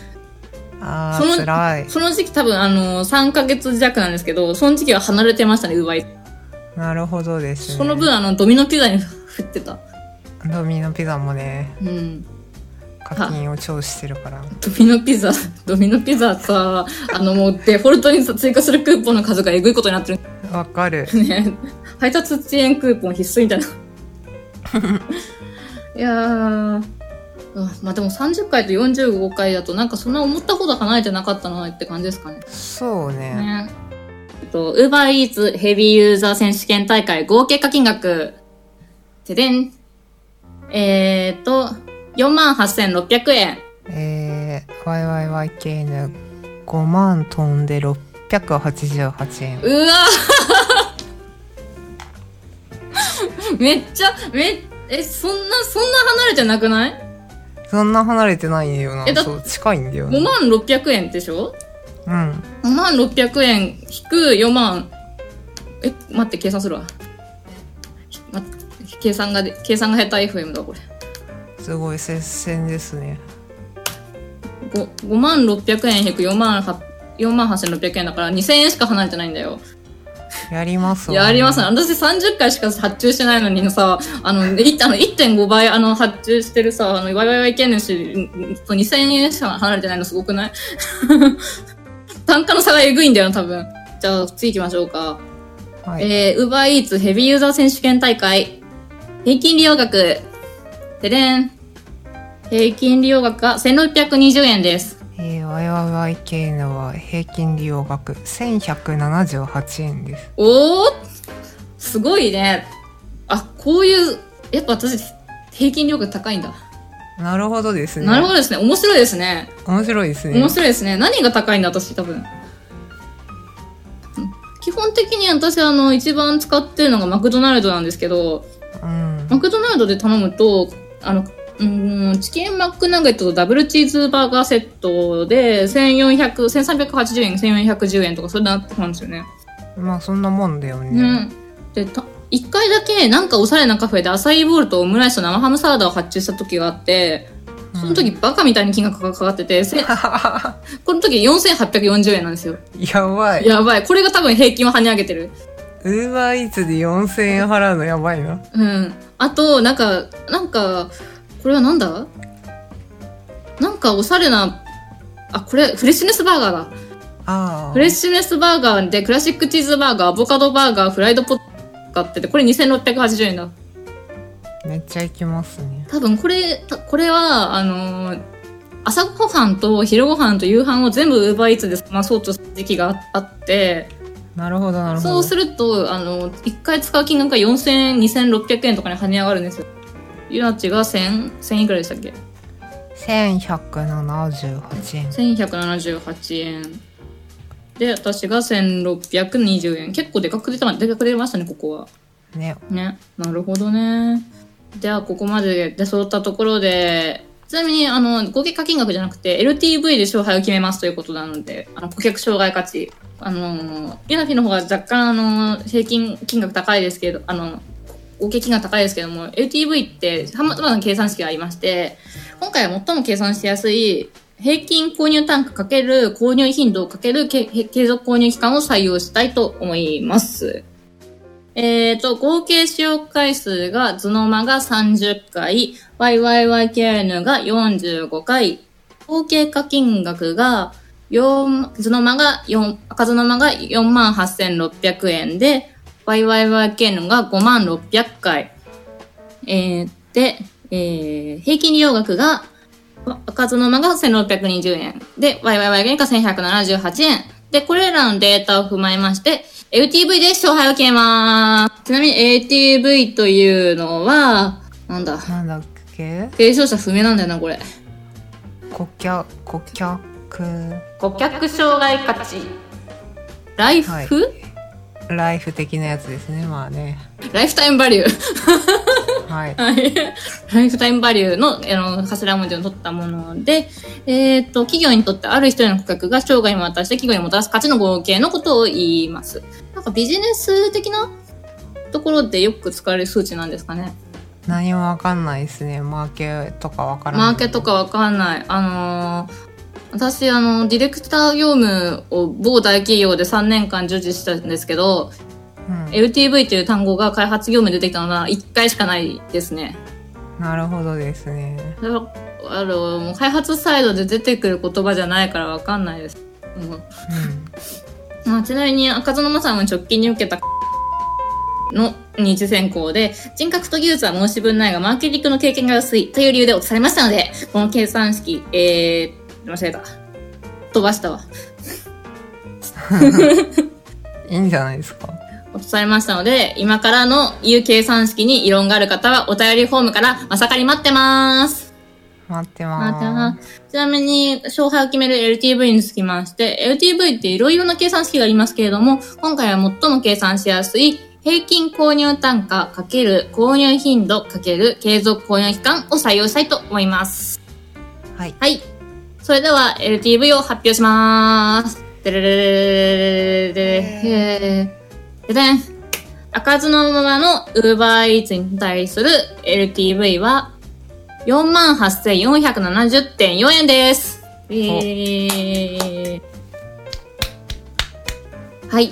Speaker 2: あ
Speaker 1: その
Speaker 2: ー、つらい。
Speaker 1: その時期多分、あの、3ヶ月弱なんですけど、その時期は離れてましたね、ウーバーイーツ。
Speaker 2: なるほどですね。
Speaker 1: その分、あの、ドミノピザに 振ってた。
Speaker 2: ドミノピザもね、
Speaker 1: うん。
Speaker 2: 課金を超してるから。
Speaker 1: ドミノピザ、ドミノピザさ、あのもうデフォルトにさ追加するクーポンの数がえぐいことになってる
Speaker 2: わ かる。
Speaker 1: ね。配達遅延クーポン必須みたいな。いやー。うんまあでも30回と45回だとなんかそんな思ったほど離れてなかったなって感じですかね。
Speaker 2: そうね。
Speaker 1: ね。えっと、UberEats ヘビーユーザー選手権大会合計課金額。てでん。えー、っと、48,600円。
Speaker 2: えー、YYYKN5 万飛んで688円。
Speaker 1: うわーめっちゃ、め、え、そんな、そんな離れてなくない
Speaker 2: そんな離れてないよな
Speaker 1: え。だ
Speaker 2: そう、近いんだよ
Speaker 1: ?5
Speaker 2: ね。
Speaker 1: 万600円でしょ
Speaker 2: うん。
Speaker 1: ?5 万600円引く4万。え、待って、計算するわ。ひ待って計算がで、計算が下手 FM だ、これ。
Speaker 2: すごい接戦ですね。
Speaker 1: 5, 5万600円引く4万8 4万8600円だから2000円しか離れてないんだよ。
Speaker 2: やりますわ
Speaker 1: いや、ありますね。私30回しか発注してないのにさ、あの、いあの1.5倍あの発注してるさ、あの、わいわいわいけん主と2000円しか離れてないのすごくない 単価の差がえぐいんだよな、多分。じゃあ、次行きましょうか。
Speaker 2: はい。
Speaker 1: えー、ウーバーイーツヘビーユーザー選手権大会。平均利用額。ででん。平均利用額が1620円です。
Speaker 2: えー、YYYKN は平均利用額1178円です。
Speaker 1: おーすごいね。あ、こういう、やっぱ私、平均料額高いんだ。
Speaker 2: なるほどですね。
Speaker 1: なるほどですね。面白いですね。
Speaker 2: 面白いですね。
Speaker 1: 面白いですね。何が高いんだ、私、多分。うん基本的に私、あの、一番使ってるのがマクドナルドなんですけど、
Speaker 2: うん。
Speaker 1: マクドナルドで頼むと、あの、うーんチキンマックナゲットとダブルチーズバーガーセットで、1400、1380円、1410円とか、それなってたんですよね。
Speaker 2: まあそんなもんだよ
Speaker 1: う
Speaker 2: ね。
Speaker 1: ん。で、た一回だけ、なんかおしゃれなカフェでアサイーボールとオムライスと生ハムサラダを発注した時があって、その時バカみたいに金額がかかってて、せこの時4840円なんですよ。
Speaker 2: やばい。
Speaker 1: やばい。これが多分平均を跳ね上げてる。
Speaker 2: ウーバーイーツで4000円払うのやばいな。
Speaker 1: うん。あと、なんか、なんか、これはなんだなんかおしゃれな、あ、これ、フレッシュネスバーガーだ。
Speaker 2: ああ。
Speaker 1: フレッシュネスバーガーでクラシックチーズバーガー、アボカドバーガー、フライドポッ買ってて、これ2680円だ。
Speaker 2: めっちゃ行きますね。
Speaker 1: 多分これ、たこれは、あのー朝ごはんと昼ごはんと夕飯を全部ウーバーイーツで済まそうとする時期がああって、
Speaker 2: なるほど、なるほ
Speaker 1: そ
Speaker 2: ど。
Speaker 1: うすると、あの、1回使う金額が4000円、2600円とかに跳ね上がるんですよ。ユナチが1000、1000いくらでしたっけ
Speaker 2: 1178円。
Speaker 1: ?1178 円。で、私が1620円。結構でかく出た、でかく出ましたね、ここは。
Speaker 2: ね。
Speaker 1: ね。なるほどね。では、ここまで出揃ったところで、ちなみに、あの、合計課金額じゃなくて、LTV で勝敗を決めますということなので、あの、顧客障害価値。あの、ユナフィの方が若干、あの、平均金額高いですけど、あの、合計金額高いですけども、LTV って、さまざまな計算式がありまして、今回は最も計算しやすい、平均購入単価かける購入頻度かけるけ継続購入期間を採用したいと思います。えー、と、合計使用回数が、ズノマが30回、YYYKN が45回、合計課金額が、4ズノマが4、赤ズノマが48,600円で、YYYKN が5600回。えー、で、えー、平均利用額が、赤ズノマが1620円。で、YYYKN が1178円。で、これらのデータを踏まえまして、LTV で勝敗を決めます。ちなみに ATV というのは、なんだ、
Speaker 2: なんだっけ
Speaker 1: 継承者不明なんだよな、これ。
Speaker 2: 顧客、顧客、
Speaker 1: 顧客障害価値。ライフ、
Speaker 2: はいライフ的なやつですね。まあね。
Speaker 1: ライフタイムバリュー。
Speaker 2: はい。
Speaker 1: はいライフタイムバリューのあの頭文字を取ったもので、えっと企業にとってある一人の顧客が生涯にわたって企業にもたらす価値の合計のことを言います。なんかビジネス的なところでよく使われる数値なんですかね。
Speaker 2: 何もわかんないですね。マーケとかわからない。
Speaker 1: マーケとかわかんない。あのー私、あの、ディレクター業務を某大企業で3年間従事したんですけど、
Speaker 2: うん、
Speaker 1: LTV という単語が開発業務で出てきたのは1回しかないですね。
Speaker 2: なるほどですね。
Speaker 1: それはあのもう開発サイドで出てくる言葉じゃないからわかんないです、うんまあ、ちなみに赤園さんは直近に受けたの二次選考で人格と技術は申し分ないがマーケティングの経験が薄いという理由で落とされましたのでこの計算式えー、間違えた飛ばしたわ
Speaker 2: うん。いいんじゃないですか。
Speaker 1: 落とされましたので今からの言う計算式に異論がある方はお便りフォームからまさかり待ってます
Speaker 2: 待って
Speaker 1: ま
Speaker 2: ま
Speaker 1: た、ちなみに、勝敗を決める LTV につきまして、LTV っていろいろな計算式がありますけれども、今回は最も計算しやすい、平均購入単価×購入頻度×継続購入期間を採用したいと思います。
Speaker 2: す。はい。
Speaker 1: はい。それでは、LTV を発表します。でれれれれれれれででん。赤字のままの UberEats に対する LTV は、48,470.4円です。えー、はい。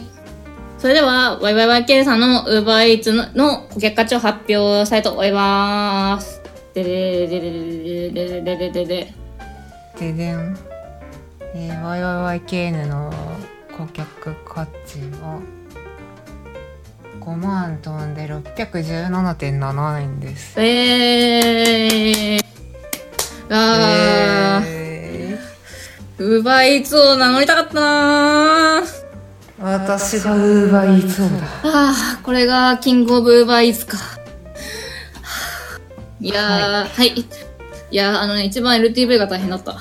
Speaker 1: それでは、YYYK さんの UberEats のの顧客価値を発表したいと思います。でれれれれれれれれれれ
Speaker 2: ででん。えー、YYYKN の顧客価値は5万飛んで617.7円です。
Speaker 1: えー。あー、
Speaker 2: え
Speaker 1: ウーバーイーツを名乗りたかったなー。
Speaker 2: ー、私がウーバーイーツ王だ。
Speaker 1: あー、これがキングオブウーバーイーツか。いやー、はい。い、やー、あのね、一番 LTV が大変だった。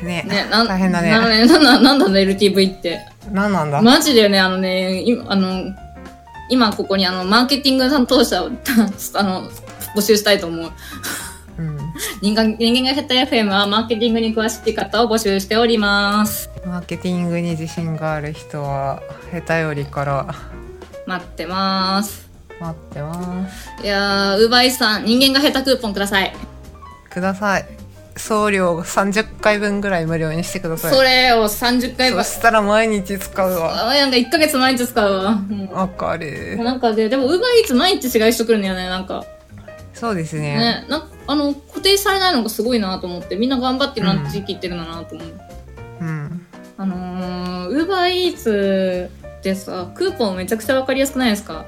Speaker 2: ね
Speaker 1: ね、なん、
Speaker 2: 大変だ
Speaker 1: なの
Speaker 2: ね。
Speaker 1: ねなんだ、なんだね、LTV って。
Speaker 2: 何なんだ、
Speaker 1: マジでね、あのね、今、あの、今ここにあの、マーケティング担当者を、 あの、募集したいと思う。
Speaker 2: うん。
Speaker 1: 人間人間が減った FM はマーケティングに詳しい方を募集しております。
Speaker 2: マーケティングに自信がある人は、下手よりから
Speaker 1: 待ってます。
Speaker 2: 待ってます
Speaker 1: いやー、ウーバーイーツさん、人間が下手クーポンください。
Speaker 2: ください送料30回分ぐらい無料にしてください
Speaker 1: それを30回
Speaker 2: そ
Speaker 1: ば。
Speaker 2: したら毎日使うわ
Speaker 1: あ、なんか1ヶ月毎日使うわ。も
Speaker 2: わかる
Speaker 1: うなんかで、でもウーバーイーツ毎日違いしてくるんだよね、なんか。
Speaker 2: そうですね
Speaker 1: ね、なんかあの、固定されないのがすごいなと思って、みんな頑張ってるな、地域行ってるんだなと思う。
Speaker 2: うん
Speaker 1: あのー、ウーバーイーツってさ、クーポンめちゃくちゃわかりやすくないですか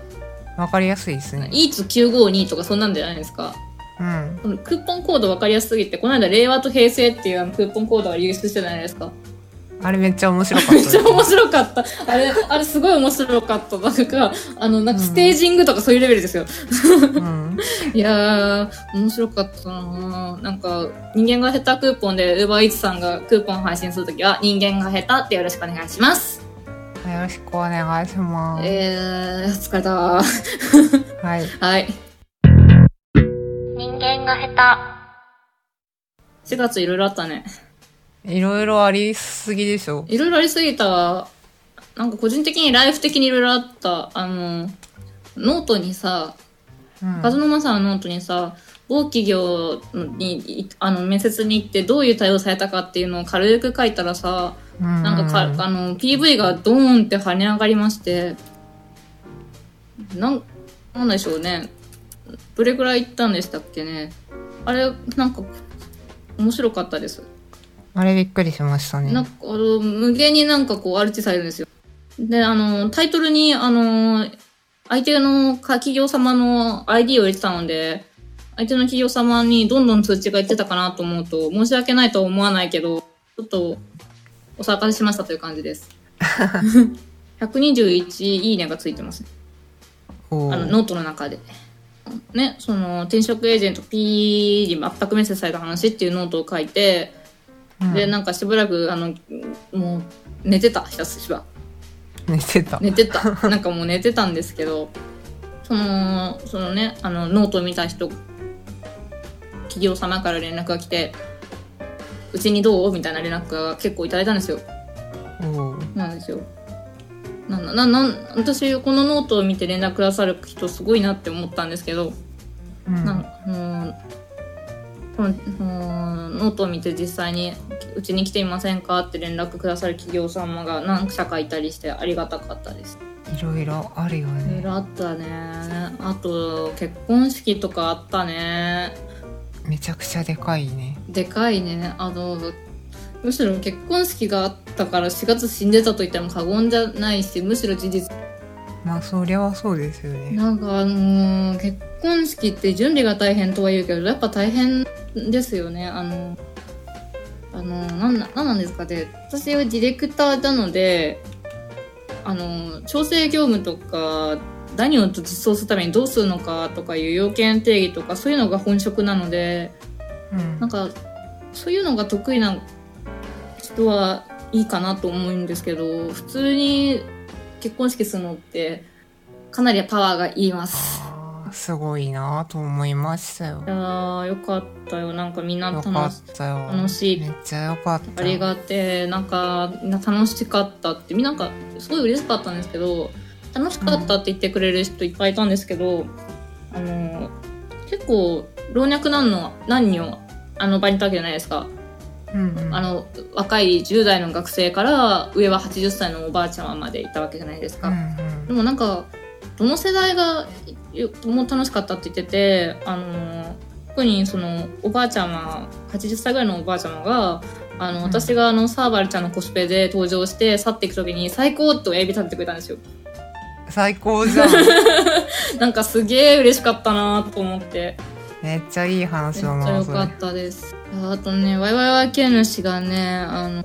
Speaker 2: わかりやすいですね
Speaker 1: イーツ952とかそんなんじゃないですか。
Speaker 2: うん
Speaker 1: このクーポンコードわかりやすすぎて、この間令和と平成っていうあのクーポンコードが流出してたじゃないですか。
Speaker 2: あれめっちゃ面白かった
Speaker 1: め
Speaker 2: で
Speaker 1: っち
Speaker 2: す
Speaker 1: ゃ面白かった。あれ、あれすごい面白かった。なんか、あの、なんかステージングとかそういうレベルですよ。
Speaker 2: うん
Speaker 1: いやー、面白かったなーなんか、人間が下手クーポンで、ウーバーイーツさんがクーポン配信するときは、人間が下手ってよろしくお願いします。
Speaker 2: よろしくお願いします。
Speaker 1: えー、疲れたー。
Speaker 2: はい。
Speaker 1: はい。
Speaker 3: 人間が下
Speaker 1: 4月いろいろあったね。
Speaker 2: いろいろありすぎでしょ。
Speaker 1: いろいろありすぎたわ。なんか個人的にライフ的にいろいろあった。あの、ノートにさ、
Speaker 2: うん。
Speaker 1: カズノマさんのノートにさ、某企業に、いあの、面接に行ってどういう対応されたかっていうのを軽く書いたらさ、なんかか、あの、PV がドーンって跳ね上がりまして、なん、なんでしょうね。どれくらい行ったんでしたっけね。あれ、なんか、面白かったです。
Speaker 2: あれびっくりしましたね。
Speaker 1: なんか、あの、無限になんかこう、アルチされるんですよ。で、あの、タイトルに、あの、相手の企業様の ID を入れてたので、相手の企業様にどんどん通知がいってたかなと思うと、申し訳ないとは思わないけど、ちょっと、お騒がせしましたという感じです。121いいねがついてますね。
Speaker 2: お
Speaker 1: あの、
Speaker 2: ー
Speaker 1: ノートの中で。ね、その、転職エージェント P に全くメッセージされた話っていうノートを書いて、
Speaker 2: うん
Speaker 1: で、なんかしばらく、あの、もう、寝てた、ひたすら。
Speaker 2: 寝てた。
Speaker 1: 寝てた。 なんかもう寝てたんですけど、その、そのね、あの、ノートを見た人、企業様から連絡が来て、うちにどうみたいな連絡が結構いただいたんですよ。
Speaker 2: おー
Speaker 1: なんですよ。なんだ、なん、なん、私、このノートを見て連絡くださる人すごいなって思ったんですけど、
Speaker 2: うん
Speaker 1: なんか、うんこのうんノートを見て実際にうちに来ていませんかって連絡くださる企業様が何社かいたりしてありがたかったです。
Speaker 2: いろいろあるよ
Speaker 1: いろい
Speaker 2: ね。
Speaker 1: ろあったね。あと結婚式とかあったね。
Speaker 2: めちゃくちゃでかいね。
Speaker 1: でかいね。あのむしろ結婚式があったから4月死んでたと言っても過言じゃないし、むしろ事実
Speaker 2: まあそりゃそうですよね。
Speaker 1: なんかあのー結婚式って準備が大変とは言うけどやっぱ大変ですよねあのあのーなんななんなんですかね私はディレクターなのであのー調整業務とか何を実装するためにどうするのかとかいう要件定義とかそういうのが本職なので
Speaker 2: うん
Speaker 1: なん。かそういうのが得意な人はいいかなと思うんですけど普通に結婚式するのってかなりパワーがいります。
Speaker 2: あーすごいなぁと思いましたよ
Speaker 1: い。やーよかったよなんかみんな
Speaker 2: よ
Speaker 1: 楽
Speaker 2: か
Speaker 1: し
Speaker 2: ったよ。
Speaker 1: 楽しい
Speaker 2: めっちゃよかった。
Speaker 1: ありがてえなんかみんな楽しかったってみんななんかすごい嬉しかったんですけど楽しかったって言ってくれる人いっぱいいたんですけど、あの結構老若男女男女あの場にいたわけじゃないですか。
Speaker 2: うんうん。
Speaker 1: あの若い10代の学生から上は80歳のおばあちゃままでいたわけじゃないです
Speaker 2: う
Speaker 1: か、
Speaker 2: ん
Speaker 1: でもなんかどの世代がよもう楽しかったって言っててあの特にそのおばあちゃま80歳ぐらいのおばあちゃまがあの
Speaker 2: ん
Speaker 1: 私があのサーバルちゃんのコスプレで登場して去っていく時に「最高!」と親指立ててくれたんですよ
Speaker 2: うん。最高じゃん。
Speaker 1: なんかすげえ嬉しかったなと思って
Speaker 2: めっちゃいい
Speaker 1: めっ
Speaker 2: 話
Speaker 1: ち
Speaker 2: だ
Speaker 1: ゃ
Speaker 2: な
Speaker 1: 良
Speaker 2: そ
Speaker 1: か
Speaker 2: れ
Speaker 1: っ。たですいやあとねワイワイワイ系主がねあの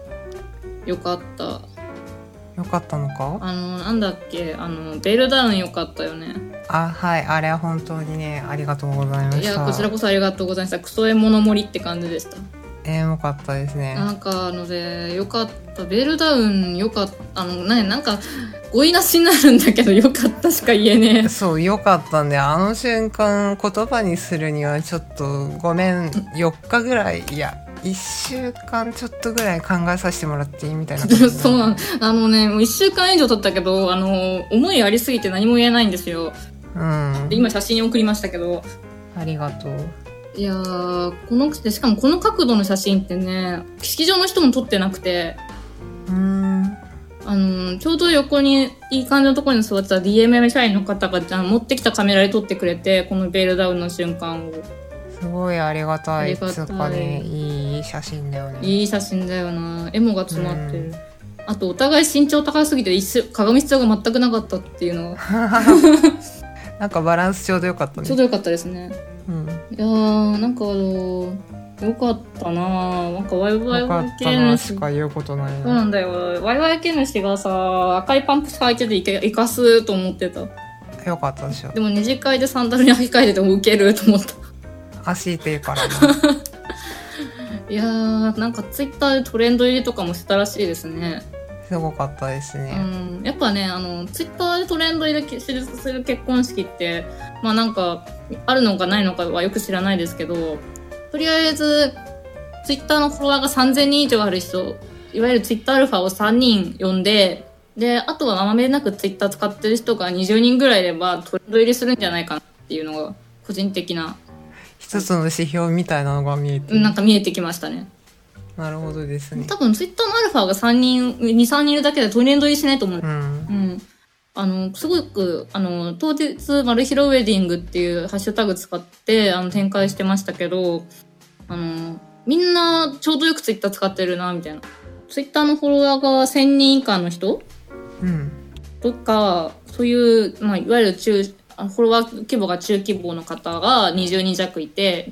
Speaker 1: よかった
Speaker 2: よかったのか
Speaker 1: あの、なんだっけ、あの、ベールダウン良かったよね。
Speaker 2: あはいあれは本当にねありがとうございました
Speaker 1: いや、こちらこそありがとうございました。クソエモノモリって感じでした。
Speaker 2: えーよかったですね
Speaker 1: なんか、ので、良かった。ベールダウン良かった。あの、ななんか、語彙なしになるんだけど、良かったしか言え ね
Speaker 2: そうよかったんであの瞬間言葉にするにはちょっとごめん4日ぐらいいや1週間ちょっとぐらい考えさせてもらっていいみたい な
Speaker 1: そうなんあのね、もう一週間以上経ったけど、あの、思いありすぎて何も言えないんですよ。
Speaker 2: うん
Speaker 1: で今写真送りましたけど。
Speaker 2: ありがとう
Speaker 1: いやー、この、でしかもこの角度の写真ってね、式場の人も撮ってなくて、
Speaker 2: うん
Speaker 1: あのーちょうど横にいい感じのところに座ってた DMM 社員の方があの持ってきたカメラで撮ってくれて、このベールダウンの瞬間を。
Speaker 2: すごいありがた
Speaker 1: あ
Speaker 2: い
Speaker 1: りがたい
Speaker 2: つうかねいい写真だよね
Speaker 1: いい写真だよなエモが詰まってる。あと、お互い身長高すぎて一緒鏡必要が全くなかったっていうのが、
Speaker 2: なんかバランスちょうどよかったね
Speaker 1: ちょうどよかったですね。
Speaker 2: うん、
Speaker 1: いやー、なんかあのー、よかったなーなんかワイワイ
Speaker 2: よか
Speaker 1: ワイ
Speaker 2: っ
Speaker 1: 系
Speaker 2: た
Speaker 1: の
Speaker 2: な
Speaker 1: し
Speaker 2: しか言うことない
Speaker 1: そうな
Speaker 2: なん
Speaker 1: だよ。ワイワイ系の人がさ、赤いパンプス履いてていけいかすと思ってた。
Speaker 2: よかったでしょ
Speaker 1: でも二次会でサンダルに履き替えててもウケると思った。
Speaker 2: 足痛いからな
Speaker 1: いやー、なんかツイッターでトレンド入りとかもしてたらしいですね。
Speaker 2: すごかったです
Speaker 1: う
Speaker 2: ね、
Speaker 1: ん。やっぱね、あの、ツイッターでトレンド入りするする結婚式って、まあなんか、あるのかないのかはよく知らないですけど、とりあえず、ツイッターのフォロワーが3000人以上ある人、いわゆるツイッターアルファを3人呼んで、で、あとはまめなくツイッター使ってる人が20人ぐらいいればトレンド入りするんじゃないかなっていうのが、個人的な、
Speaker 2: 一つの指標みたいなのが見えて
Speaker 1: なんか見えてきましたね。
Speaker 2: なるほどですね
Speaker 1: 多分ツイッターのアルファが3人、2、3人いるだけでトレンド入りしないと思う
Speaker 2: う。ん
Speaker 1: うん。あの、すごく、あの、当日、マルヒロウェディングっていうハッシュタグ使って、あの、展開してましたけど、あの、みんなちょうどよくツイッター使ってるな、みたいな。ツイッターのフォロワーが1000人以下の人
Speaker 2: うん
Speaker 1: とか、そういう、まあ、いわゆる中、あのフォロワー規模が中規模の方が20人弱いて、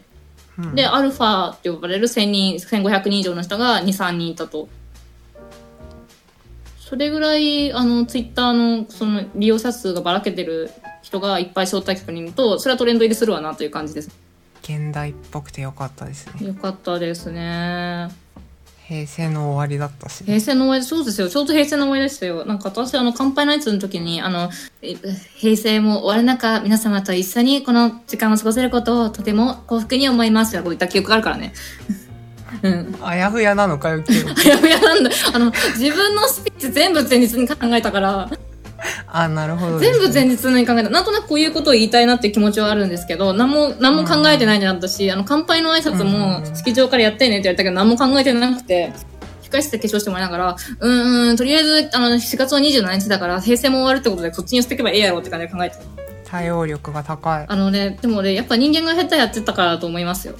Speaker 2: うん
Speaker 1: で、アルファって呼ばれる1000人、1500人以上の人が2、3人いたと。それぐらい、あの、ツイッターの、その、利用者数がばらけてる人がいっぱい招待客にいると、それはトレンド入りするわなという感じです。
Speaker 2: 現代っぽくてよかったですね
Speaker 1: よかったですね。
Speaker 2: 平成の終わりだったし、
Speaker 1: 平成の終わり、そうですよ。ちょうど平成の終わりでしたよ。なんか私、あの、乾杯ナイツの時に、あの、え平成も終わる中、皆様と一緒にこの時間を過ごせることをとても幸福に思います。とこういった記憶があるからね。 うん。
Speaker 2: あやふやなのかよ 今日
Speaker 1: あやふやなんだ。あの、自分のスピーチ全部前日に考えたから、
Speaker 2: あなるほどで
Speaker 1: 全
Speaker 2: すね、
Speaker 1: 部前日に考えた。なんとなくこういうことを言いたいなっていう気持ちはあるんですけど、何も、何も考えてないんだったし、あの、乾杯の挨拶も
Speaker 2: う、ん
Speaker 1: 式場からやってねって言われたけど、何も考えてなくて、控室で化粧してもらいながら、うーん、とりあえず、あの、4月の27日だから、平成も終わるってことで、こっちに寄せていけばええやろって感じで考えてた。
Speaker 2: 対応力が高い
Speaker 1: あのね、でもね、やっぱ人間が下手やってたからだと思いますよ。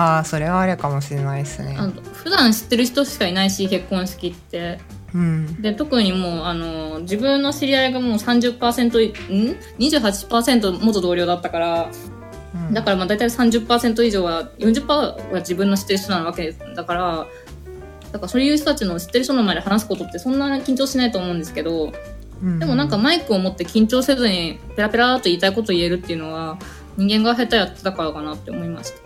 Speaker 2: ああそれはあれかもしれないですね
Speaker 1: あの普段知ってる人しかいないし、結婚式って。
Speaker 2: うん
Speaker 1: で特にもうあの自分の知り合いがもう30%いん28%元同僚だったから
Speaker 2: うん
Speaker 1: だからまあ大体30%以上は40%は自分の知ってる人なわけですだからだからそういう人たちの知ってる人の前で話すことってそんな緊張しないと思うんですけどでもなんかマイクを持って緊張せずにペラペラーと言いたいこと言えるっていうのは人間が下手やってたからかなって思いました。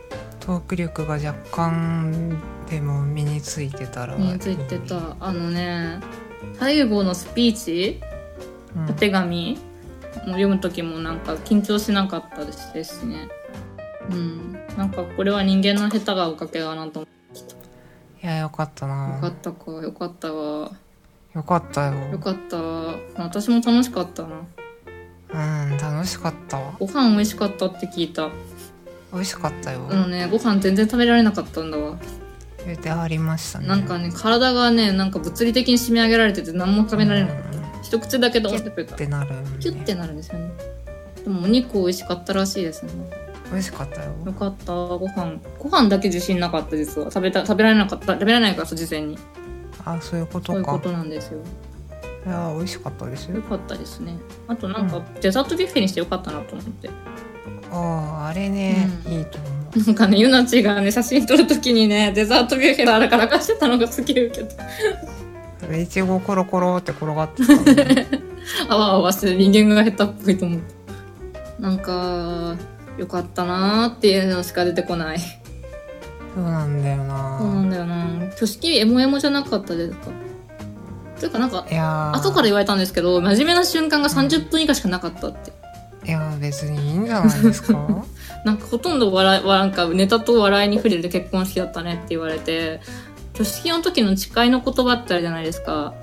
Speaker 2: トーク力が若干でも身についてたら
Speaker 1: 身についてたあのね最後のスピーチ
Speaker 2: うん
Speaker 1: お手紙を読む時もなんか緊張しなかったですですね。うん、なんかこれは人間の下手がおかげだなと思
Speaker 2: いやよかった
Speaker 1: うよかっ
Speaker 2: な
Speaker 1: たかよかったわ
Speaker 2: よかったよ
Speaker 1: よかったわ私も楽しかったな
Speaker 2: うん楽しかったわ
Speaker 1: ご飯美味しかったって聞いた
Speaker 2: 美味しかったよ、
Speaker 1: あのねご飯全然食べられなかったんだわ
Speaker 2: 言うてありましたね
Speaker 1: なんかね体がねなんか物理的に締め上げられてて何も食べられなかっ
Speaker 2: うん
Speaker 1: た一口だけどってくれ
Speaker 2: ったてなるよね
Speaker 1: キュッてなるんですよねでもお肉美味しかったらしいですね
Speaker 2: 美味しかったよ
Speaker 1: よかったご飯ご飯だけ自信なかった実は食べた食べられなかった食べられないから事前に
Speaker 2: あそういうこと
Speaker 1: そういう
Speaker 2: か
Speaker 1: ことなんですよ
Speaker 2: いや美味しかったです
Speaker 1: よ
Speaker 2: よ
Speaker 1: かったですねあとなんか、
Speaker 2: う
Speaker 1: デザートビュッフェにしてよかったなと思って
Speaker 2: あああれね、
Speaker 1: うん
Speaker 2: いいと思う
Speaker 1: なんかねゆなちがね写真撮るときにねデザートビュッフェだらからかしてたのがすげえウケた
Speaker 2: いちごコロコロって転がってたもんね
Speaker 1: あわあわして人間が下手っぽいと思ったなんかよかったなーっていうのしか出てこない
Speaker 2: そうなんだよ
Speaker 1: そうな
Speaker 2: なん
Speaker 1: だよな挙式エモエモじゃなかったですかというかなんか
Speaker 2: いやー
Speaker 1: 後から言われたんですけど真面目な瞬間が30分以下しかなかったって
Speaker 2: いや別にいいんじゃないで すか
Speaker 1: なんかほとんど笑い、なんかネタと笑いに触れて結婚式だったねって言われて、挙式の時の誓いの言葉ってあるじゃないですか。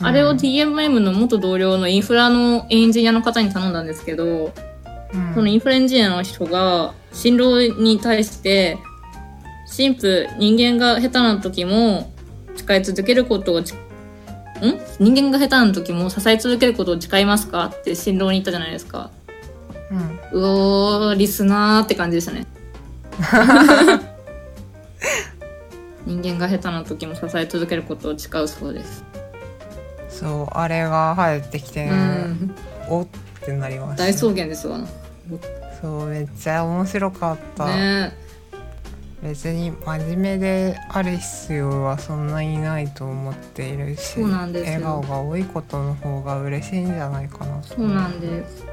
Speaker 1: あれを DMM の元同僚のインフラのエンジニアの方に頼んだんですけど、
Speaker 2: うん
Speaker 1: そのインフルエンジニアの人が、新郎に対して、神父、人間が下手な時も、誓い続けることをち、ん人間が下手な時も支え続けることを誓いますかって新郎に言ったじゃないですか。
Speaker 2: うん
Speaker 1: うおー、リスナーって感じでしたね。人間が下手な時も支え続けることを誓うそうです。
Speaker 2: そうあれが入ってきて、
Speaker 1: うん。
Speaker 2: おってなりました
Speaker 1: 大草原ですわ。
Speaker 2: そうめっちゃ面白かった、
Speaker 1: ね
Speaker 2: 別に真面目である必要はそんなにないと思っているし
Speaker 1: そうなんですよ
Speaker 2: 笑顔が多いことの方が嬉しいんじゃないかなと
Speaker 1: そうなんです。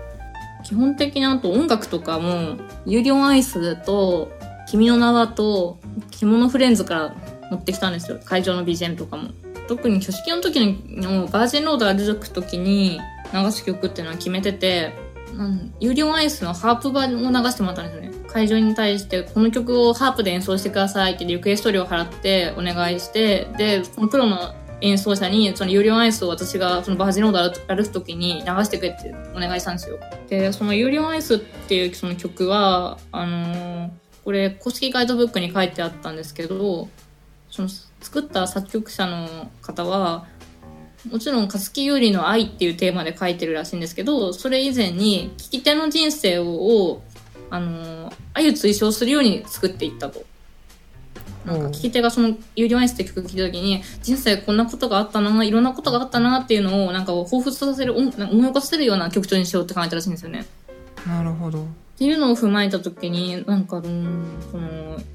Speaker 1: 基本的にあと音楽とかも、ユリオンアイスと、君の名はと、着物フレンズから持ってきたんですよ。会場の BGM とかも。特に挙式の時に、もうバージンロードが出てく時に流す曲っていうのは決めてて、うん、ユリオンアイスのハープ版を流してもらったんですよね。会場に対して、この曲をハープで演奏してくださいってリクエスト料を払ってお願いして、で、このプロの演奏者に、その有料アイスを私がそのバージンロード歩くときに流してくれってお願いしたんですよ。で、その有料アイスっていうその曲は、あのーこれ公式ガイドブックに書いてあったんですけど、その作った作曲者の方は、もちろん、勝木優里の愛っていうテーマで書いてるらしいんですけど、それ以前に、聞き手の人生を、をあのー、愛を追奨するように作っていったと。なんか聞き手がその「有料アイス」って曲聴いた時に人生こんなことがあったないろんなことがあったなっていうのをなんか彷彿とさせる思思い起こさせるような曲調にしようって考えたらしいんですよね。
Speaker 2: なるほど
Speaker 1: っていうのを踏まえた時になんかうーんその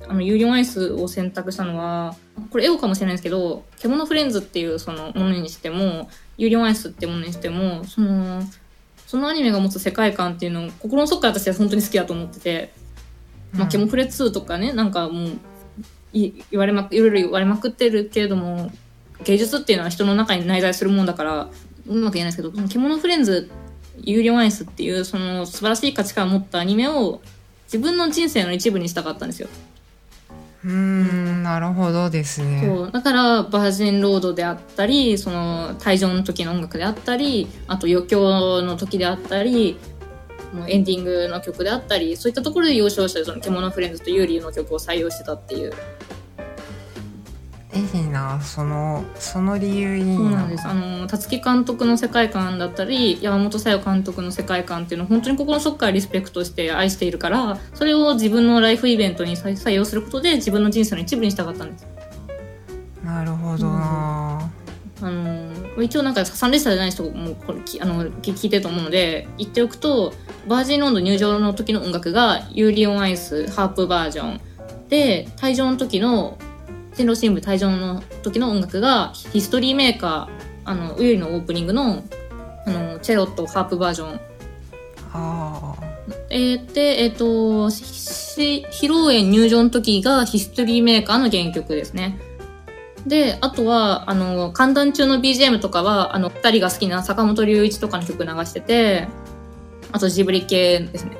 Speaker 1: あの有料アイスを選択したのはこれエゴかもしれないんですけど「獣フレンズ」っていうそのものにしても有料アイスってものにしてもそのそのアニメが持つ世界観っていうのを心の底から私は本当に好きだと思っててまあ、ケモフレ2とかねなんかもうい言われまくいろいろ言われまくってるけれども芸術っていうのは人の中に内在するもんだからうまく言えないですけどその「獣フレンズ」「有料アイス」っていうその素晴らしい価値観を持ったアニメを自分の人生の一部にしたかったんですよ。
Speaker 2: うんうーんなるほどですね
Speaker 1: そうだからバージンロードであったりその退場の時の音楽であったりあと余興の時であったりもうエンディングの曲であったりそういったところで要所要所でその「獣フレンズ」と「ユーリー」の曲を採用してたっていう
Speaker 2: いいなそのその理由いいな
Speaker 1: そうなんです。あの、辰木監督の世界観だったり、山本小夜監督の世界観っていうのを本当に心の底からリスペクトして愛しているから、それを自分のライフイベントに採採用することで自分の人生の一部にしたかったんです。
Speaker 2: なるほどな、
Speaker 1: あの、一応なんか参列者じゃない人もこれきあのき聞いてると思うので、言っておくと、バージンロンド入場の時の音楽が、ユーリオンアイス、ハープバージョン。で、退場の時の、新郎新聞退場の時の音楽が、ヒストリーメーカー、あの、ウユリのオープニングの、あの、チェロとハープバージョン。
Speaker 2: あ
Speaker 1: えー、で、えっ、と、し披露宴入場の時がヒストリーメーカーの原曲ですね。で、あとは、あの、寒暖中の BGM とかは、あの、二人が好きな坂本龍一とかの曲流してて、あとジブリ系ですね。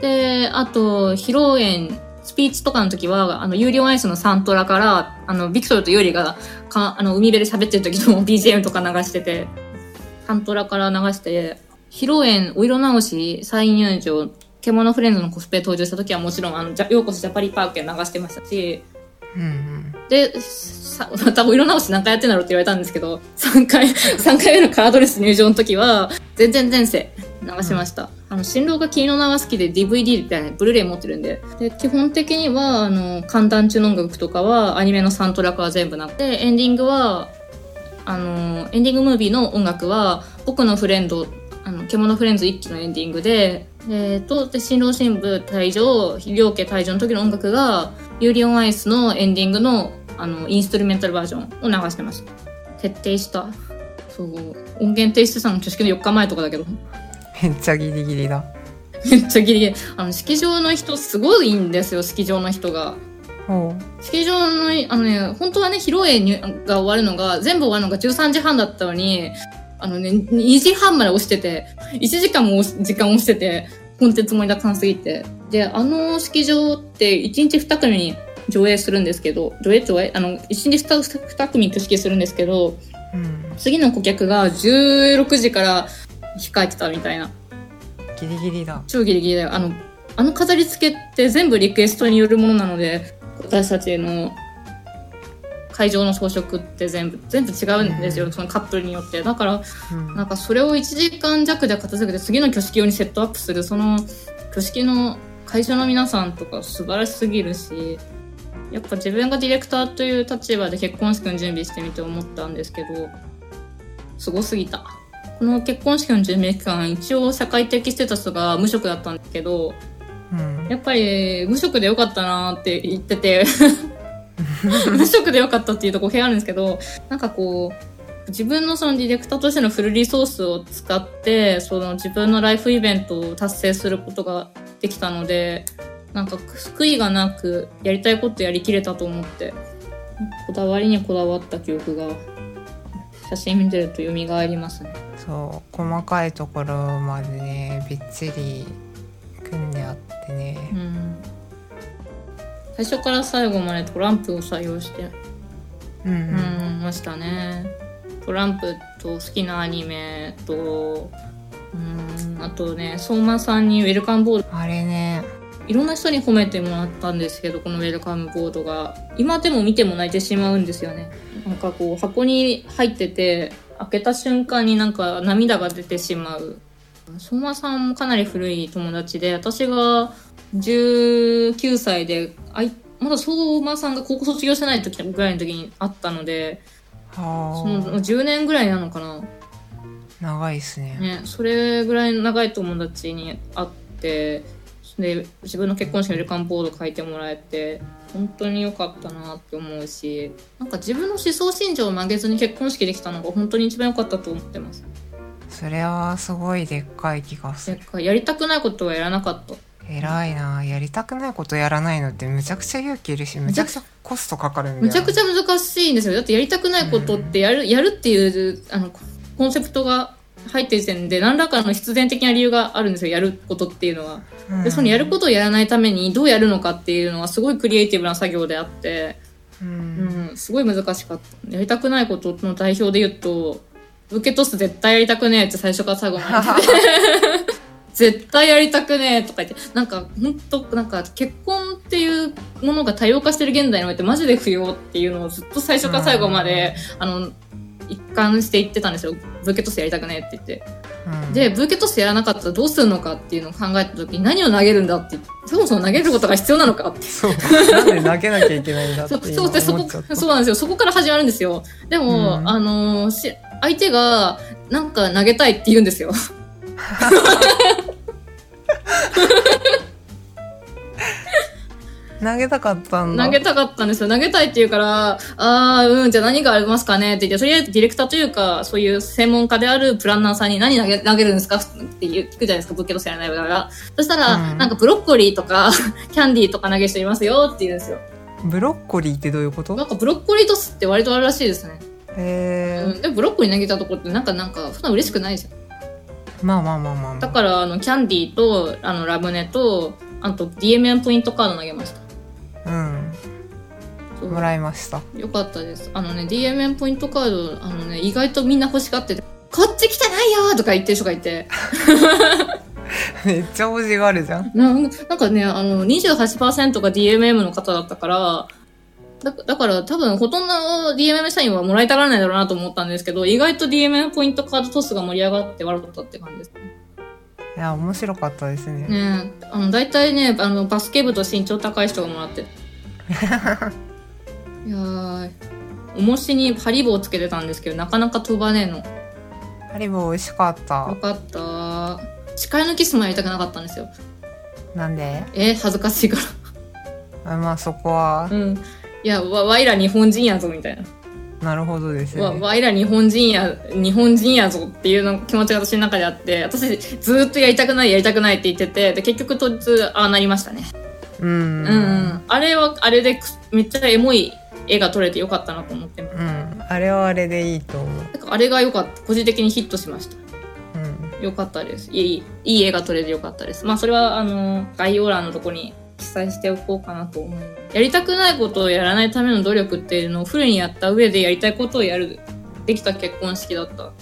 Speaker 1: で、あと、披露宴、スピーチとかの時は、あの、有料アイスのサントラから、あの、ビクトルとユーリが、かあの、海辺で喋ってる時の BGM とか流してて、サントラから流して、披露宴、お色直し、再入場、獣フレンズのコスプレ登場した時はもちろん、あの、じゃようこそジャパリパークへ流してましたし、
Speaker 2: あうんうん
Speaker 1: で、さ またお色直し何回やってんだろうって言われたんですけど、3回、 三回目のカードレス入場の時は、全然前世流しました。あの、新郎が君の名は好きで DVD みたいな、ブルーレイ持ってるんで。で、基本的には、あの、寒暖中の音楽とかは、アニメのサントラから全部なくて、エンディングは、あの、エンディングムービーの音楽は、僕のフレンド、あの、獣フレンズ一期のエンディングで、えー、と、で、新郎新聞退場、両家退場の時の音楽が、ユーリオンアイスのエンディングの、あの、インストゥルメンタルバージョンを流してました。徹底した。そう。音源提出したの挙式の4日前とかだけど、
Speaker 2: めっちゃギリギリだ
Speaker 1: めっちゃギリギリ。あの、式場の人すごいんですよ、式場の人が。
Speaker 2: ほ
Speaker 1: 式場の、あのね、本当はね、披露宴にが終わるのが、全部終わるのが13時半だったのに、あのね、2時半まで押してて、1時間も押し時間押してて、コンテンツ盛りだくさんすぎて。で、あの式場って1日2組に上映するんですけど、上映上映あの、1日 2, 2組挙式するんですけど、
Speaker 2: うん
Speaker 1: 次の顧客が16時から控えてたみたいな。
Speaker 2: ギリギリだ
Speaker 1: 超ギリギリだよ。あの、あの飾り付けって全部リクエストによるものなので、私たちの会場の装飾って全部、全部違うんですよ。
Speaker 2: うん
Speaker 1: そのカップルによって。だから、
Speaker 2: うん
Speaker 1: なんかそれを1時間弱で片付けて次の挙式用にセットアップする、その挙式の会社の皆さんとか素晴らしすぎるし、やっぱ自分がディレクターという立場で結婚式の準備してみて思ったんですけど、すごすぎた。この結婚式の準備期間、一応社会的ステータスが無職だったんですけど、
Speaker 2: うん
Speaker 1: やっぱり無職でよかったなーって言ってて、無職でよかったっていうとこ部屋あるんですけど、なんかこう、自分のそのディレクターとしてのフルリソースを使って、その自分のライフイベントを達成することができたので、なんか救いがなく、やりたいことやりきれたと思って、こだわりにこだわった記憶が、写真見てると蘇りますね。
Speaker 2: そう細かいところまでねびっちり組んであってね
Speaker 1: うん。最初から最後までトランプを採用して、
Speaker 2: うん
Speaker 1: うん、ましたね。トランプと好きなアニメと、うん、あとね、相馬さんにウェルカムボード、
Speaker 2: あれね
Speaker 1: いろんな人に褒めてもらったんですけど、このウェルカムボードが。今でも見ても泣いてしまうんですよね。なんかこう、箱に入ってて、開けた瞬間になんか涙が出てしまう。相馬さんもかなり古い友達で、私が19歳で、あいまだ相馬さんが高校卒業してない時ぐらいの時に会ったので、その
Speaker 2: は
Speaker 1: 10年ぐらいなのかな、
Speaker 2: あ長いですね
Speaker 1: ね、それぐらいの長い友達に会ってで自分の結婚式の旅館ボード書いてもらえて本当に良かったなって思うしなんか自分の思想信条を曲げずに結婚式できたのが本当に一番良かったと思ってます
Speaker 2: それはすごいでっかい気がす
Speaker 1: なん
Speaker 2: る
Speaker 1: かやりたくないことはやらなかった
Speaker 2: 偉いなやりたくないことやらないのってむちゃくちゃ勇気いるしむちゃくちゃコストかかるんだよ
Speaker 1: むちゃくち
Speaker 2: ゃ
Speaker 1: ゃ難しいんですよだってやりたくないことってやる,、やるっていうあのコンセプトが入ってる時点で何らかの必然的な理由があるんですよやることっていうのは。でそのやることをやらないためにどうやるのかっていうのはすごいクリエイティブな作業であって、
Speaker 2: うん
Speaker 1: うん、すごい難しかった。やりたくないことの代表で言うと、受けトス絶対やりたくねえって最初から最後まで 言ってて絶対やりたくねえとか言って、なんか本当なんか結婚っていうものが多様化してる現代においてマジで不要っていうのをずっと最初から最後まで、あの、一貫して言ってたんですよ。受けトスやりたくねえって言って。
Speaker 2: うん
Speaker 1: で、ブーケトスやらなかったらどうするのかっていうのを考えた時に何を投げるんだって、そもそも投げることが必要なのかって。
Speaker 2: そうなんで投げなきゃいけないんだって
Speaker 1: そ
Speaker 2: 今
Speaker 1: そうでそ
Speaker 2: 思
Speaker 1: こ
Speaker 2: っちゃった
Speaker 1: そうなんですよ。そこから始まるんですよ。でも、
Speaker 2: うん
Speaker 1: あのーし相手がなんか投げたいって言うんですよ。
Speaker 2: 投げたかったんだ
Speaker 1: 投げたかったんですよ。投げたいって言うから、あー、うん、じゃあ何がありますかねって言って、とりあえずディレクターというか、そういう専門家であるプランナーさんに何投げ投げるんですかって言う聞くじゃないですか、ブーケトスやらないから。そしたら、
Speaker 2: うん
Speaker 1: なんかブロッコリーとか、キャンディーとか投げる人いますよって言うんですよ。
Speaker 2: ブロッコリーってどういうこと
Speaker 1: なんかブロッコリートスって割とあるらしいですね。
Speaker 2: え
Speaker 1: うん、でもブロッコリー投げたとこってなんかなんか普段嬉しくないじゃ
Speaker 2: ー、まあまあまあまあ、まあ、
Speaker 1: んだからあのキャンディーとあのラムネとあと DMM ポイントカード投げましたそううん
Speaker 2: もらいました
Speaker 1: よかったですあのね DMM ポイントカードあのね意外とみんな欲しがっててこっち来てないよーとか言ってる人がいて
Speaker 2: めっちゃおじがあるじゃん。
Speaker 1: なんなんかね、あの、28%が DMM の方だったから、だだから多分ほとんどの DMM 社員はもらいたがらないだろうなと思ったんですけど、意外と DMM ポイントカードトスが盛り上がって笑ったって感じですね。
Speaker 2: いや、面白かったですね。
Speaker 1: ねえあの、大体ね、あの、バスケ部と身長高い人がもらって。いやー、重しにハリボーつけてたんですけど、なかなか飛ばねえの。よ
Speaker 2: ハリボー美味しかった。
Speaker 1: かったー。誓いのキスもやりたくなかったんですよ。
Speaker 2: なんで
Speaker 1: え、恥ずかしいか
Speaker 2: あまあそこは
Speaker 1: ら。、うん。いや、わ、わいら日本人やぞ、みたいな。
Speaker 2: なるほどです
Speaker 1: わ
Speaker 2: ね。
Speaker 1: わいら日本人や、日本人やぞっていうの気持ちが私の中であって、私ずーっとやりたくないやりたくないって言ってて、で、結局当日、ああなりましたね。
Speaker 2: う。
Speaker 1: うんん。あれは、あれでくめっちゃエモい絵が撮れてよかったなと思ってます。
Speaker 2: うん。あれはあれでいいと思う。
Speaker 1: なんかあれが良かった。個人的にヒットしました。
Speaker 2: うん。
Speaker 1: 良かったです。いい、いいいい絵が撮れて良かったです。まあ、それは、あの、概要欄のとこに記載しておこうかなと思います。やりたくないことをやらないための努力っていうのをフルにやった上でやりたいことをやる、できた結婚式だった。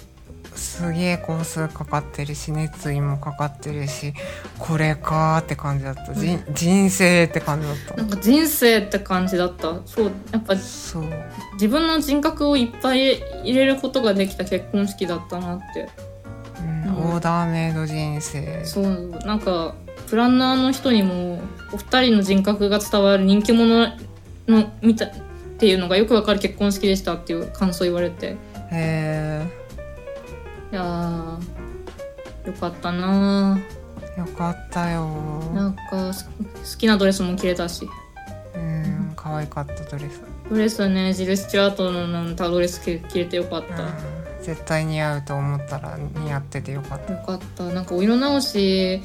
Speaker 2: すげえ工数かかってるし、熱意もかかってるし、これかーって感じだった。じん人生って感じだ
Speaker 1: なん
Speaker 2: っ
Speaker 1: か人生って感じだった。そう、やっぱ
Speaker 2: た。そう。
Speaker 1: 自分の人格をいっぱい入れることができた結婚式だったなって。
Speaker 2: うん
Speaker 1: うん
Speaker 2: オーダーメイド人生。
Speaker 1: そう、なんか、プランナーの人にも、お二人の人格が伝わる人気者の、みたい、っていうのがよくわかる結婚式でしたっていう感想言われて。
Speaker 2: へ
Speaker 1: いやー、よかったな
Speaker 2: え、よかったよ
Speaker 1: ー。
Speaker 2: ー。
Speaker 1: なんか、す好きなドレスも着れたし。
Speaker 2: うん、可愛かったドレス。
Speaker 1: ドレスね、ジル・スチュアートのなんかドレス着着れてよかっ。
Speaker 2: うん、絶対似合うと思ったら似合っててよかった
Speaker 1: よかった。なんか、お色直し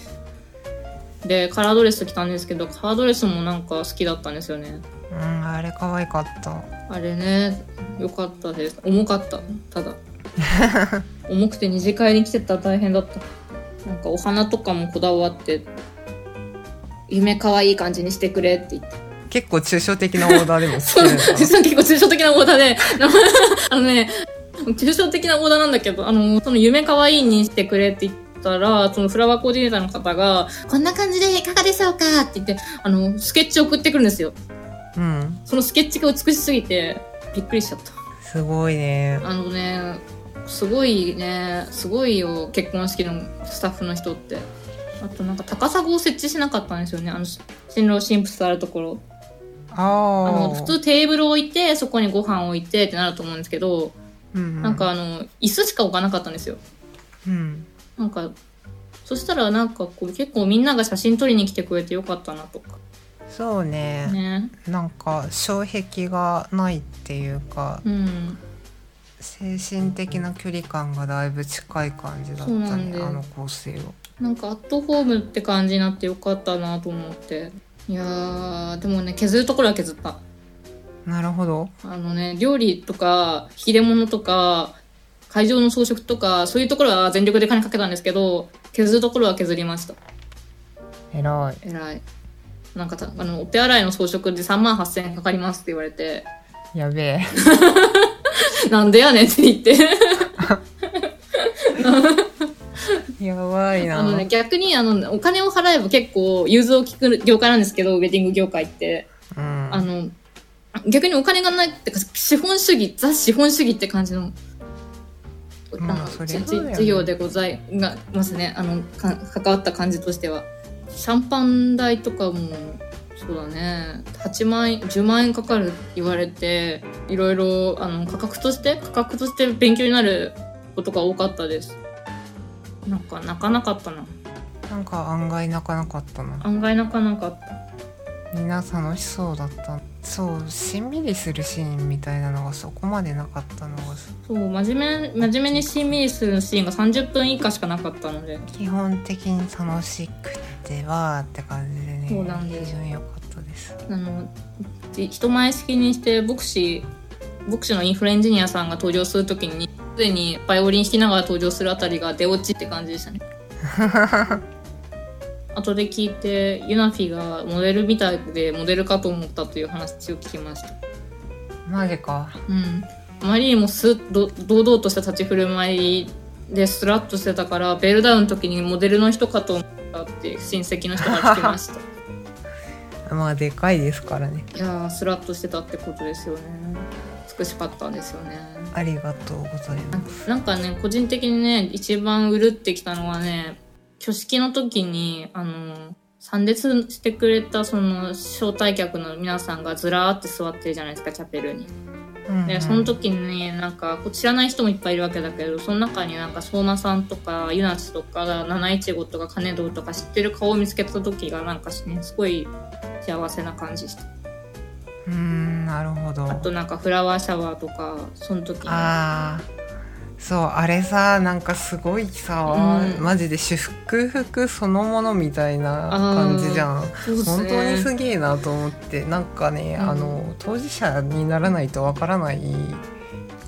Speaker 1: でカラードレス着たんですけど、カラードレスもなんか好きだったんですよね。
Speaker 2: た。うん、あれ可愛かった。
Speaker 1: あれね、よかったです。重かった、ただ。重くて二次会に来てたら大変だった。なんかお花とかもこだわって、夢可愛い感じにしてくれって言って。
Speaker 2: 結構抽象的なオーダーでも好き
Speaker 1: そう、
Speaker 2: だよ
Speaker 1: 実は結構抽象的なオーダーで、 あのあのね、抽象的なオーダーなんだけど、あの、その夢可愛いにしてくれって言ったら、そのフラワーコーディネーターの方が、こんな感じでいかがでしょうかって言って、あの、スケッチ送ってくるんですよ。
Speaker 2: な。うん、
Speaker 1: そのスケッチが美しすぎて、びっくりしちゃった。
Speaker 2: すごいね。
Speaker 1: あのね、すごいね、すごいよ、結婚式のスタッフの人って。あとなんか高砂を設置しなかったんですよね、あの、新郎新婦座るところ。
Speaker 2: あ
Speaker 1: あ
Speaker 2: あ
Speaker 1: の、普通テーブル置いて、そこにご飯置いてってなると思うんですけど、
Speaker 2: な
Speaker 1: なんか、あの、椅子しか置かなかったんですよ。
Speaker 2: うん、
Speaker 1: なんか、そしたらなんかこう結構みんなが写真撮りに来てくれてよかったなとか。
Speaker 2: そうね
Speaker 1: ね。
Speaker 2: なんか障壁がないっていうか
Speaker 1: うん。
Speaker 2: 精神的な距離感がだいぶ近い感じだっ
Speaker 1: そうな
Speaker 2: た
Speaker 1: んだ
Speaker 2: ね
Speaker 1: よ
Speaker 2: あの構成は
Speaker 1: なんかアットホームって感じになってよかったなと思って。いやー、でもね、削るところは削った。
Speaker 2: なるほど
Speaker 1: あのね、料理とか、引き出物とか、会場の装飾とか、そういうところは全力で金かけたんですけど、削るところは削りました。
Speaker 2: 偉い
Speaker 1: えらい。なんかた、あの、お手洗いの装飾で3万8000円かかりますって言われて、
Speaker 2: やべえ
Speaker 1: なんでやねんって言って。
Speaker 2: やばいな
Speaker 1: あのね、逆に、あの、お金を払えば結構、融通を聞く業界なんですけど、ウェディング業界って。
Speaker 2: うん、
Speaker 1: あの、逆にお金がないってか、資本主義、ザ資本主義って感じの、
Speaker 2: ま
Speaker 1: あ
Speaker 2: あ
Speaker 1: の
Speaker 2: そりゃ
Speaker 1: じじ
Speaker 2: そうだよね
Speaker 1: 事業でございがますね。あの、か関わった感じとしては。シャンパン代とかも、そうだね、8万円、10万円かかるって言われて、いろいろ、あの、価格として、価格として勉強になることが多かったです。なんか、泣かなかったな。
Speaker 2: なんか案外泣かなかったな
Speaker 1: 案外泣かなかった。
Speaker 2: みんな楽しそうだったそうしんみりするシーンみたいなのがそこまでなかったのが
Speaker 1: そう真面目真面目にしんみりするシーンが30分以下しかなかったので
Speaker 2: 基本的に楽しくてはって感じでね
Speaker 1: そうなんです
Speaker 2: 非常に良かったです
Speaker 1: あのじ人前式にして牧師牧師のインフルエンジニアさんが登場するときにすでにバイオリン弾きながら登場するあたりが出落ちって感じでしたね後で聞いてユナフィがモデルみたいでモデルかと思ったという話を聞きました
Speaker 2: マジか
Speaker 1: うん、あまりにもすど堂々とした立ち振る舞いでスラッとしてたからベルダウンの時にモデルの人かと思ったって親戚の人が聞きましたい
Speaker 2: まあでかいですからね
Speaker 1: やースラッとしてたってことですよね美しかったんですよね
Speaker 2: ありがとうござい
Speaker 1: なん
Speaker 2: ま
Speaker 1: か
Speaker 2: す
Speaker 1: なんかね個人的にね一番うるってきたのはね挙式の時にあの参列してくれたその招待客の皆さんがずらーって座ってるじゃないですかチャペルに。
Speaker 2: うんう
Speaker 1: で
Speaker 2: ん
Speaker 1: その時になんかこう知らない人もいっぱいいるわけだけどその中になんか相馬さんとかユナチとか七イチゴとか金堂とか知ってる顔を見つけた時がなんかねすごい幸せな感じした
Speaker 2: うーんなるほど
Speaker 1: あとなんかフラワーシャワーとかその時に
Speaker 2: ああそうあれさなんかすごいさ、
Speaker 1: うん
Speaker 2: マジで私服服そのものみたいな感じじゃん
Speaker 1: そうっす
Speaker 2: 本
Speaker 1: ね
Speaker 2: 当にすげえなと思ってなんかね、
Speaker 1: うん
Speaker 2: あの当事者にならないとわからない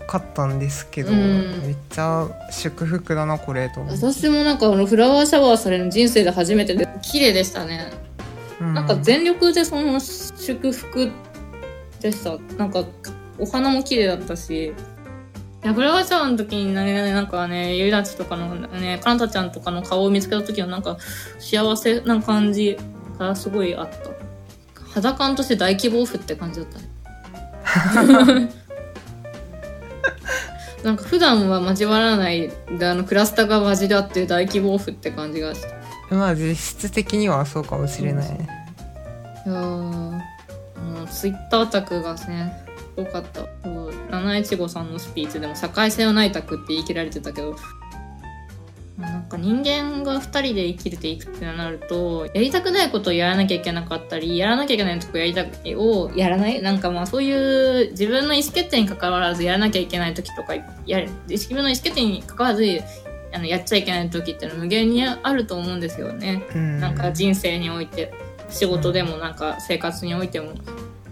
Speaker 2: かったんですけど、
Speaker 1: うん
Speaker 2: めっちゃ祝福だなこれと思って、
Speaker 1: 私もなんかあのフラワーシャワーされるの人生で初めてで綺麗でしたね
Speaker 2: うん
Speaker 1: なんか全力でその祝福でした。なんかお花も綺麗だったし。いやフラワーシャワーの時にね、なんかね、ゆいたちとかのね、かなたちゃんとかの顔を見つけた時のなんか幸せな感じがすごいあった。肌感として大希望符って感じだったね。 なんか普段は交わらないであのクラスターが混じり合ってる大希望符って感じがした。
Speaker 2: まあ実質的にはそうかもしれないね
Speaker 1: いやーもうツイッタータクがね多かったそう715さんのスピーチでも「社会性はないタク」って言い切られてたけどなんか人間が2人で生きていくってなるとやりたくないことをやらなきゃいけなかったりやらなきゃいけないとこやりたくをやらないなんかまあそういう自分の意思決定に関わらずやらなきゃいけない時とかや自分の意思決定に関わらずあのやっちゃいけない時っていうのは無限にあると思うんですよね。
Speaker 2: うん
Speaker 1: なんか人生において仕事でもなんか生活においても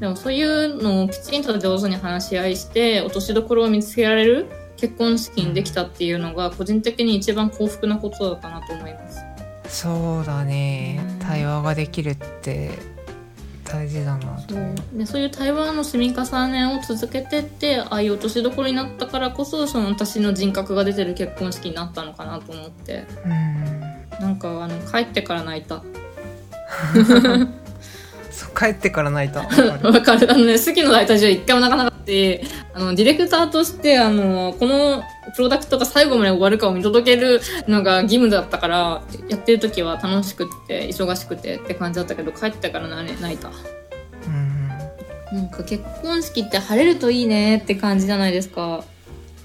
Speaker 1: でもそういうのをきちんと上手に話し合いして落としどころを見つけられる結婚式にできたっていうのが個人的に一番幸福なことだったなと思います
Speaker 2: そうだね
Speaker 1: うん
Speaker 2: 対話ができるって大事だなと思う
Speaker 1: でそういう対話の積み重ねを続けてってああいう落としどころになったからこそその私の人格が出てる結婚式になったのかなと思って
Speaker 2: うん
Speaker 1: なんかあの帰ってから泣いた
Speaker 2: そう帰ってから泣 いた
Speaker 1: わかる。あのね、好きの大体じゃ一回も泣かなかったし、あの、ディレクターとして、あの、このプロダクトが最後まで終わるかを見届けるのが義務だったから、やってる時は楽しくって、忙しくてって感じだったけど、帰ってからな泣いた。
Speaker 2: うん
Speaker 1: なんか結婚式って晴れるといいねって感じじゃないですか。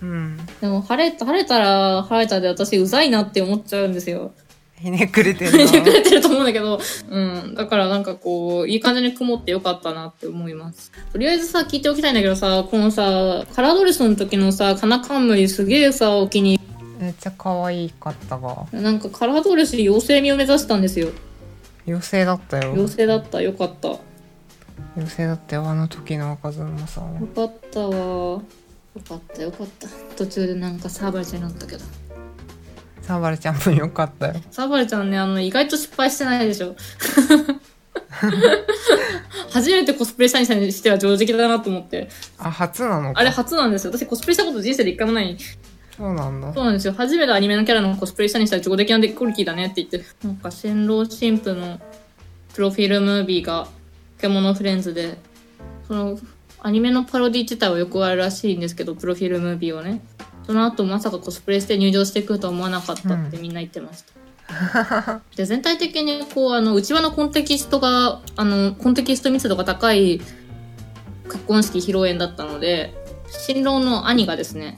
Speaker 2: うん
Speaker 1: でも晴れ、晴れたら晴れたで私うざいなって思っちゃうんですよ。
Speaker 2: ひねくれて
Speaker 1: ひ
Speaker 2: る
Speaker 1: ねく
Speaker 2: な
Speaker 1: れてると思うんだけど、うん。だからなんかこう、いい感じに曇ってよかったなって思います。とりあえずさ、聞いておきたいんだけどさ、このさ、カラードレスの時のさ、カナカンムリすげえさ、お気に入
Speaker 2: めっちゃ可愛かったが
Speaker 1: り。なんかカラードレスで妖精味を目指したんですよ。
Speaker 2: 妖精だったよ
Speaker 1: 妖精だった、よかった。よ
Speaker 2: 妖精だったよあの時の若妻さんは
Speaker 1: かったわ。よかった、よかった。途中でなんかサーバルちゃんになったけど。
Speaker 2: サバルちゃんもよかったよ
Speaker 1: サーバルちゃんね、あの、意外と失敗してないでし ょ。初めてコスプレしたにしては常識だなと思って。
Speaker 2: あ初なのか
Speaker 1: あれ初なんですよ。私コスプレしたこと人生で一回もない。
Speaker 2: そうなんだ
Speaker 1: そうなんですよ。初めてアニメのキャラのコスプレしたにしたら上出来なクオリティだねって言って。なんか、新郎新婦のプロフィールムービーが、ポケモノフレンズで、その、アニメのパロディ自体はよくあるらしいんですけど、プロフィールムービーをね。その後まさかコスプレして入場してくるとは思わなかったってみんな言ってました。で全体的にこうあの内輪のコンテキストがあのコンテキスト密度が高い結婚式披露宴だったので新郎の兄がですね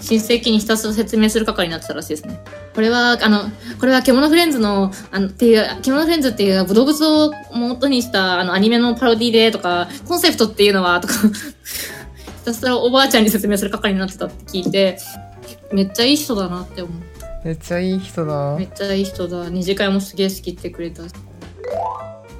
Speaker 1: 親戚にひたすら説明する係になってたらしいですね。これは、あの、これは獣フレンズの、あの、っていう、獣フレンズっていう動物を元にした、あの、アニメのパロディで、とか、コンセプトっていうのは、とか、 ひたすらおばあちゃんに説明する係になってたって聞いて、めっちゃいい人だなって思う。
Speaker 2: めっちゃいい人だ
Speaker 1: めっちゃいい人だ二次会もすげえ好きってくれたし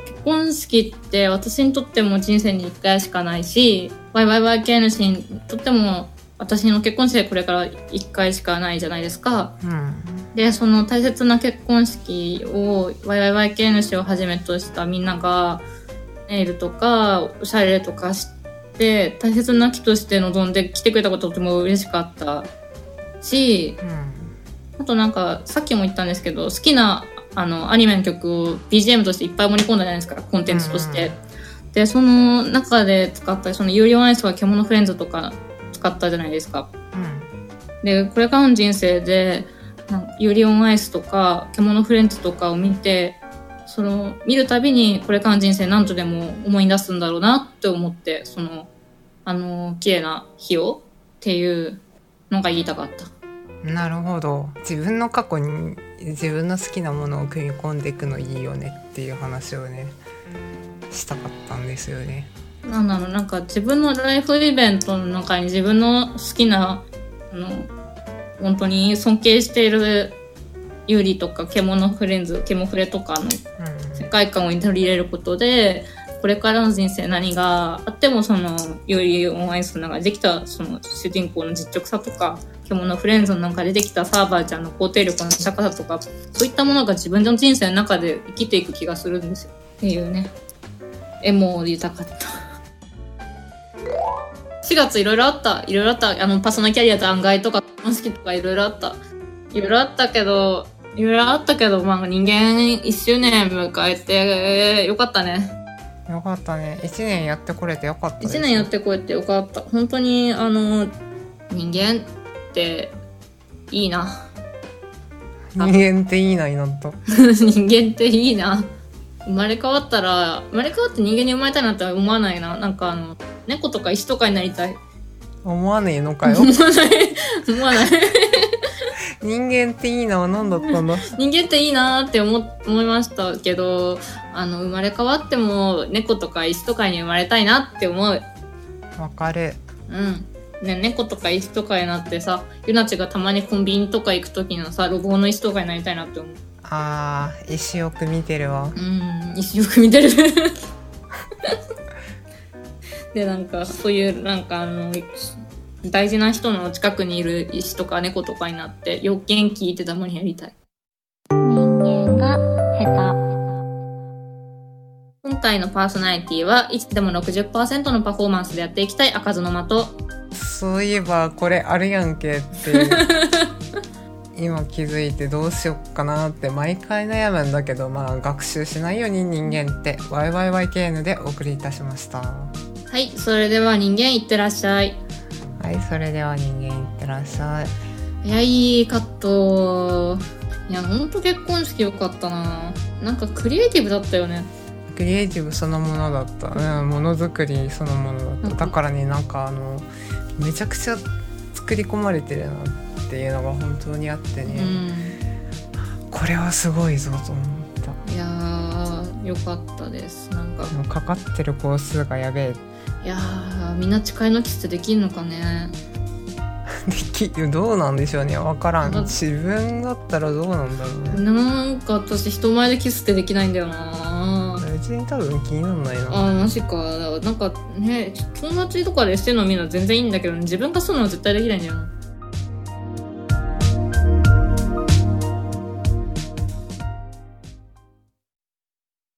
Speaker 1: 結婚式って私にとっても人生に一回しかないし YYYK 主にとっても私の結婚生これから一回しかないじゃないですか
Speaker 2: うん
Speaker 1: でその大切な結婚式を YYYK 主をはじめとしたみんながネイルとかおしゃれとかして大切な木として臨んで来てくれたこととても嬉しかったし
Speaker 2: うん
Speaker 1: あとなんか、さっきも言ったんですけど、好きな、あの、アニメの曲を BGM としていっぱい盛り込んだじゃないですか、コンテンツとして。で、その中で使った、その有料アイスとか獣フレンズとか使ったじゃないですか。
Speaker 2: うん
Speaker 1: で、これからの人生で、なんかユーリオンアイスとか、獣フレンズとかを見て、その、見るたびに、これからの人生何とでも思い出すんだろうなって思って、その、あの、綺麗な日をっていうのが言いたかった。
Speaker 2: なるほど自分の過去に自分の好きなものを組み込んでいくのいいよねっていう話をねしたかったんですよね
Speaker 1: なんだろうなんか自分のライフイベントの中に自分の好きなあの本当に尊敬しているユーリとか獣フレンズケモフレとかの
Speaker 2: うん
Speaker 1: 世界観を取り入れることでこれからの人生何があってもそのよりオンラインさんができたその主人公の実直さとか獣フレンズの中でできたサーバーちゃんの肯定力の高さとかそういったものが自分の人生の中で生きていく気がするんですよっていうね絵も豊か った4月いろいろあったいろいろあったあのパーソナルキャリアと案外とか公式とかいろいろあったいろいろあったけどいろいろあったけど、まあ、人間1周年迎えてよかったね
Speaker 2: よかったね1年やってこれてよかったです
Speaker 1: 1年やってこうやってよかった本当にあの人間っていいな
Speaker 2: 人間っていいなになんと
Speaker 1: 人間っていいな生まれ変わったら生まれ変わって人間に生まれたいなんて思わないななんかあの猫とか石とかになりたい
Speaker 2: 思わねえのかよ
Speaker 1: 思わない思わない
Speaker 2: 人間っていいなは何だったんだ
Speaker 1: 人間っていいなって思思いましたけどあの生まれ変わっても猫とか石とかに生まれたいなって思う
Speaker 2: わかる
Speaker 1: うんね、猫とか石とかになってさゆなちがたまにコンビニとか行く時のさロゴの石とかになりたいなって思う
Speaker 2: あー石よく見てるわ
Speaker 1: うん石よく見てる でなんかそういうなんかあの大事な人の近くにいる石とか猫とかになって要件聞いてたまにやりたい
Speaker 3: 人間が下手
Speaker 1: 今回のパーソナリティはいつでも60%のパフォーマンスでやっていきたい赤ずの間と
Speaker 2: そういえばこれあるやんけっていう今気づいてどうしよっかなって毎回悩むんだけどまあ学習しないように人間って YYYKN でお送りいたしましたは
Speaker 1: はいそれでは人間いってらっしゃい
Speaker 2: いそれでは人間いってらっしゃい
Speaker 1: 早いカットいやほんと結婚式よかったななんかクリエイティブだったよね
Speaker 2: クリエイティブそのものだった、うん、ものづくりそのものだっただからねなんかあのめちゃくちゃ作り込まれてるなっていうのが本当にあって
Speaker 1: う
Speaker 2: ね、
Speaker 1: ん
Speaker 2: これはすごいぞと思った
Speaker 1: いやーよかったですなんか
Speaker 2: でもかかってる工数がやべえ
Speaker 1: いやーみんな誓いのキスってできんのかね
Speaker 2: できどうなんでしょうね分からん
Speaker 1: うん
Speaker 2: 自分だったらどうなんだろうね
Speaker 1: なんか私人前でキスってできないんだよな
Speaker 2: 別に多分気になんないな
Speaker 1: あーマジかなんかね友達とかでしてるの見るの全然いいんだけど、自分がするのは絶対できないんだよな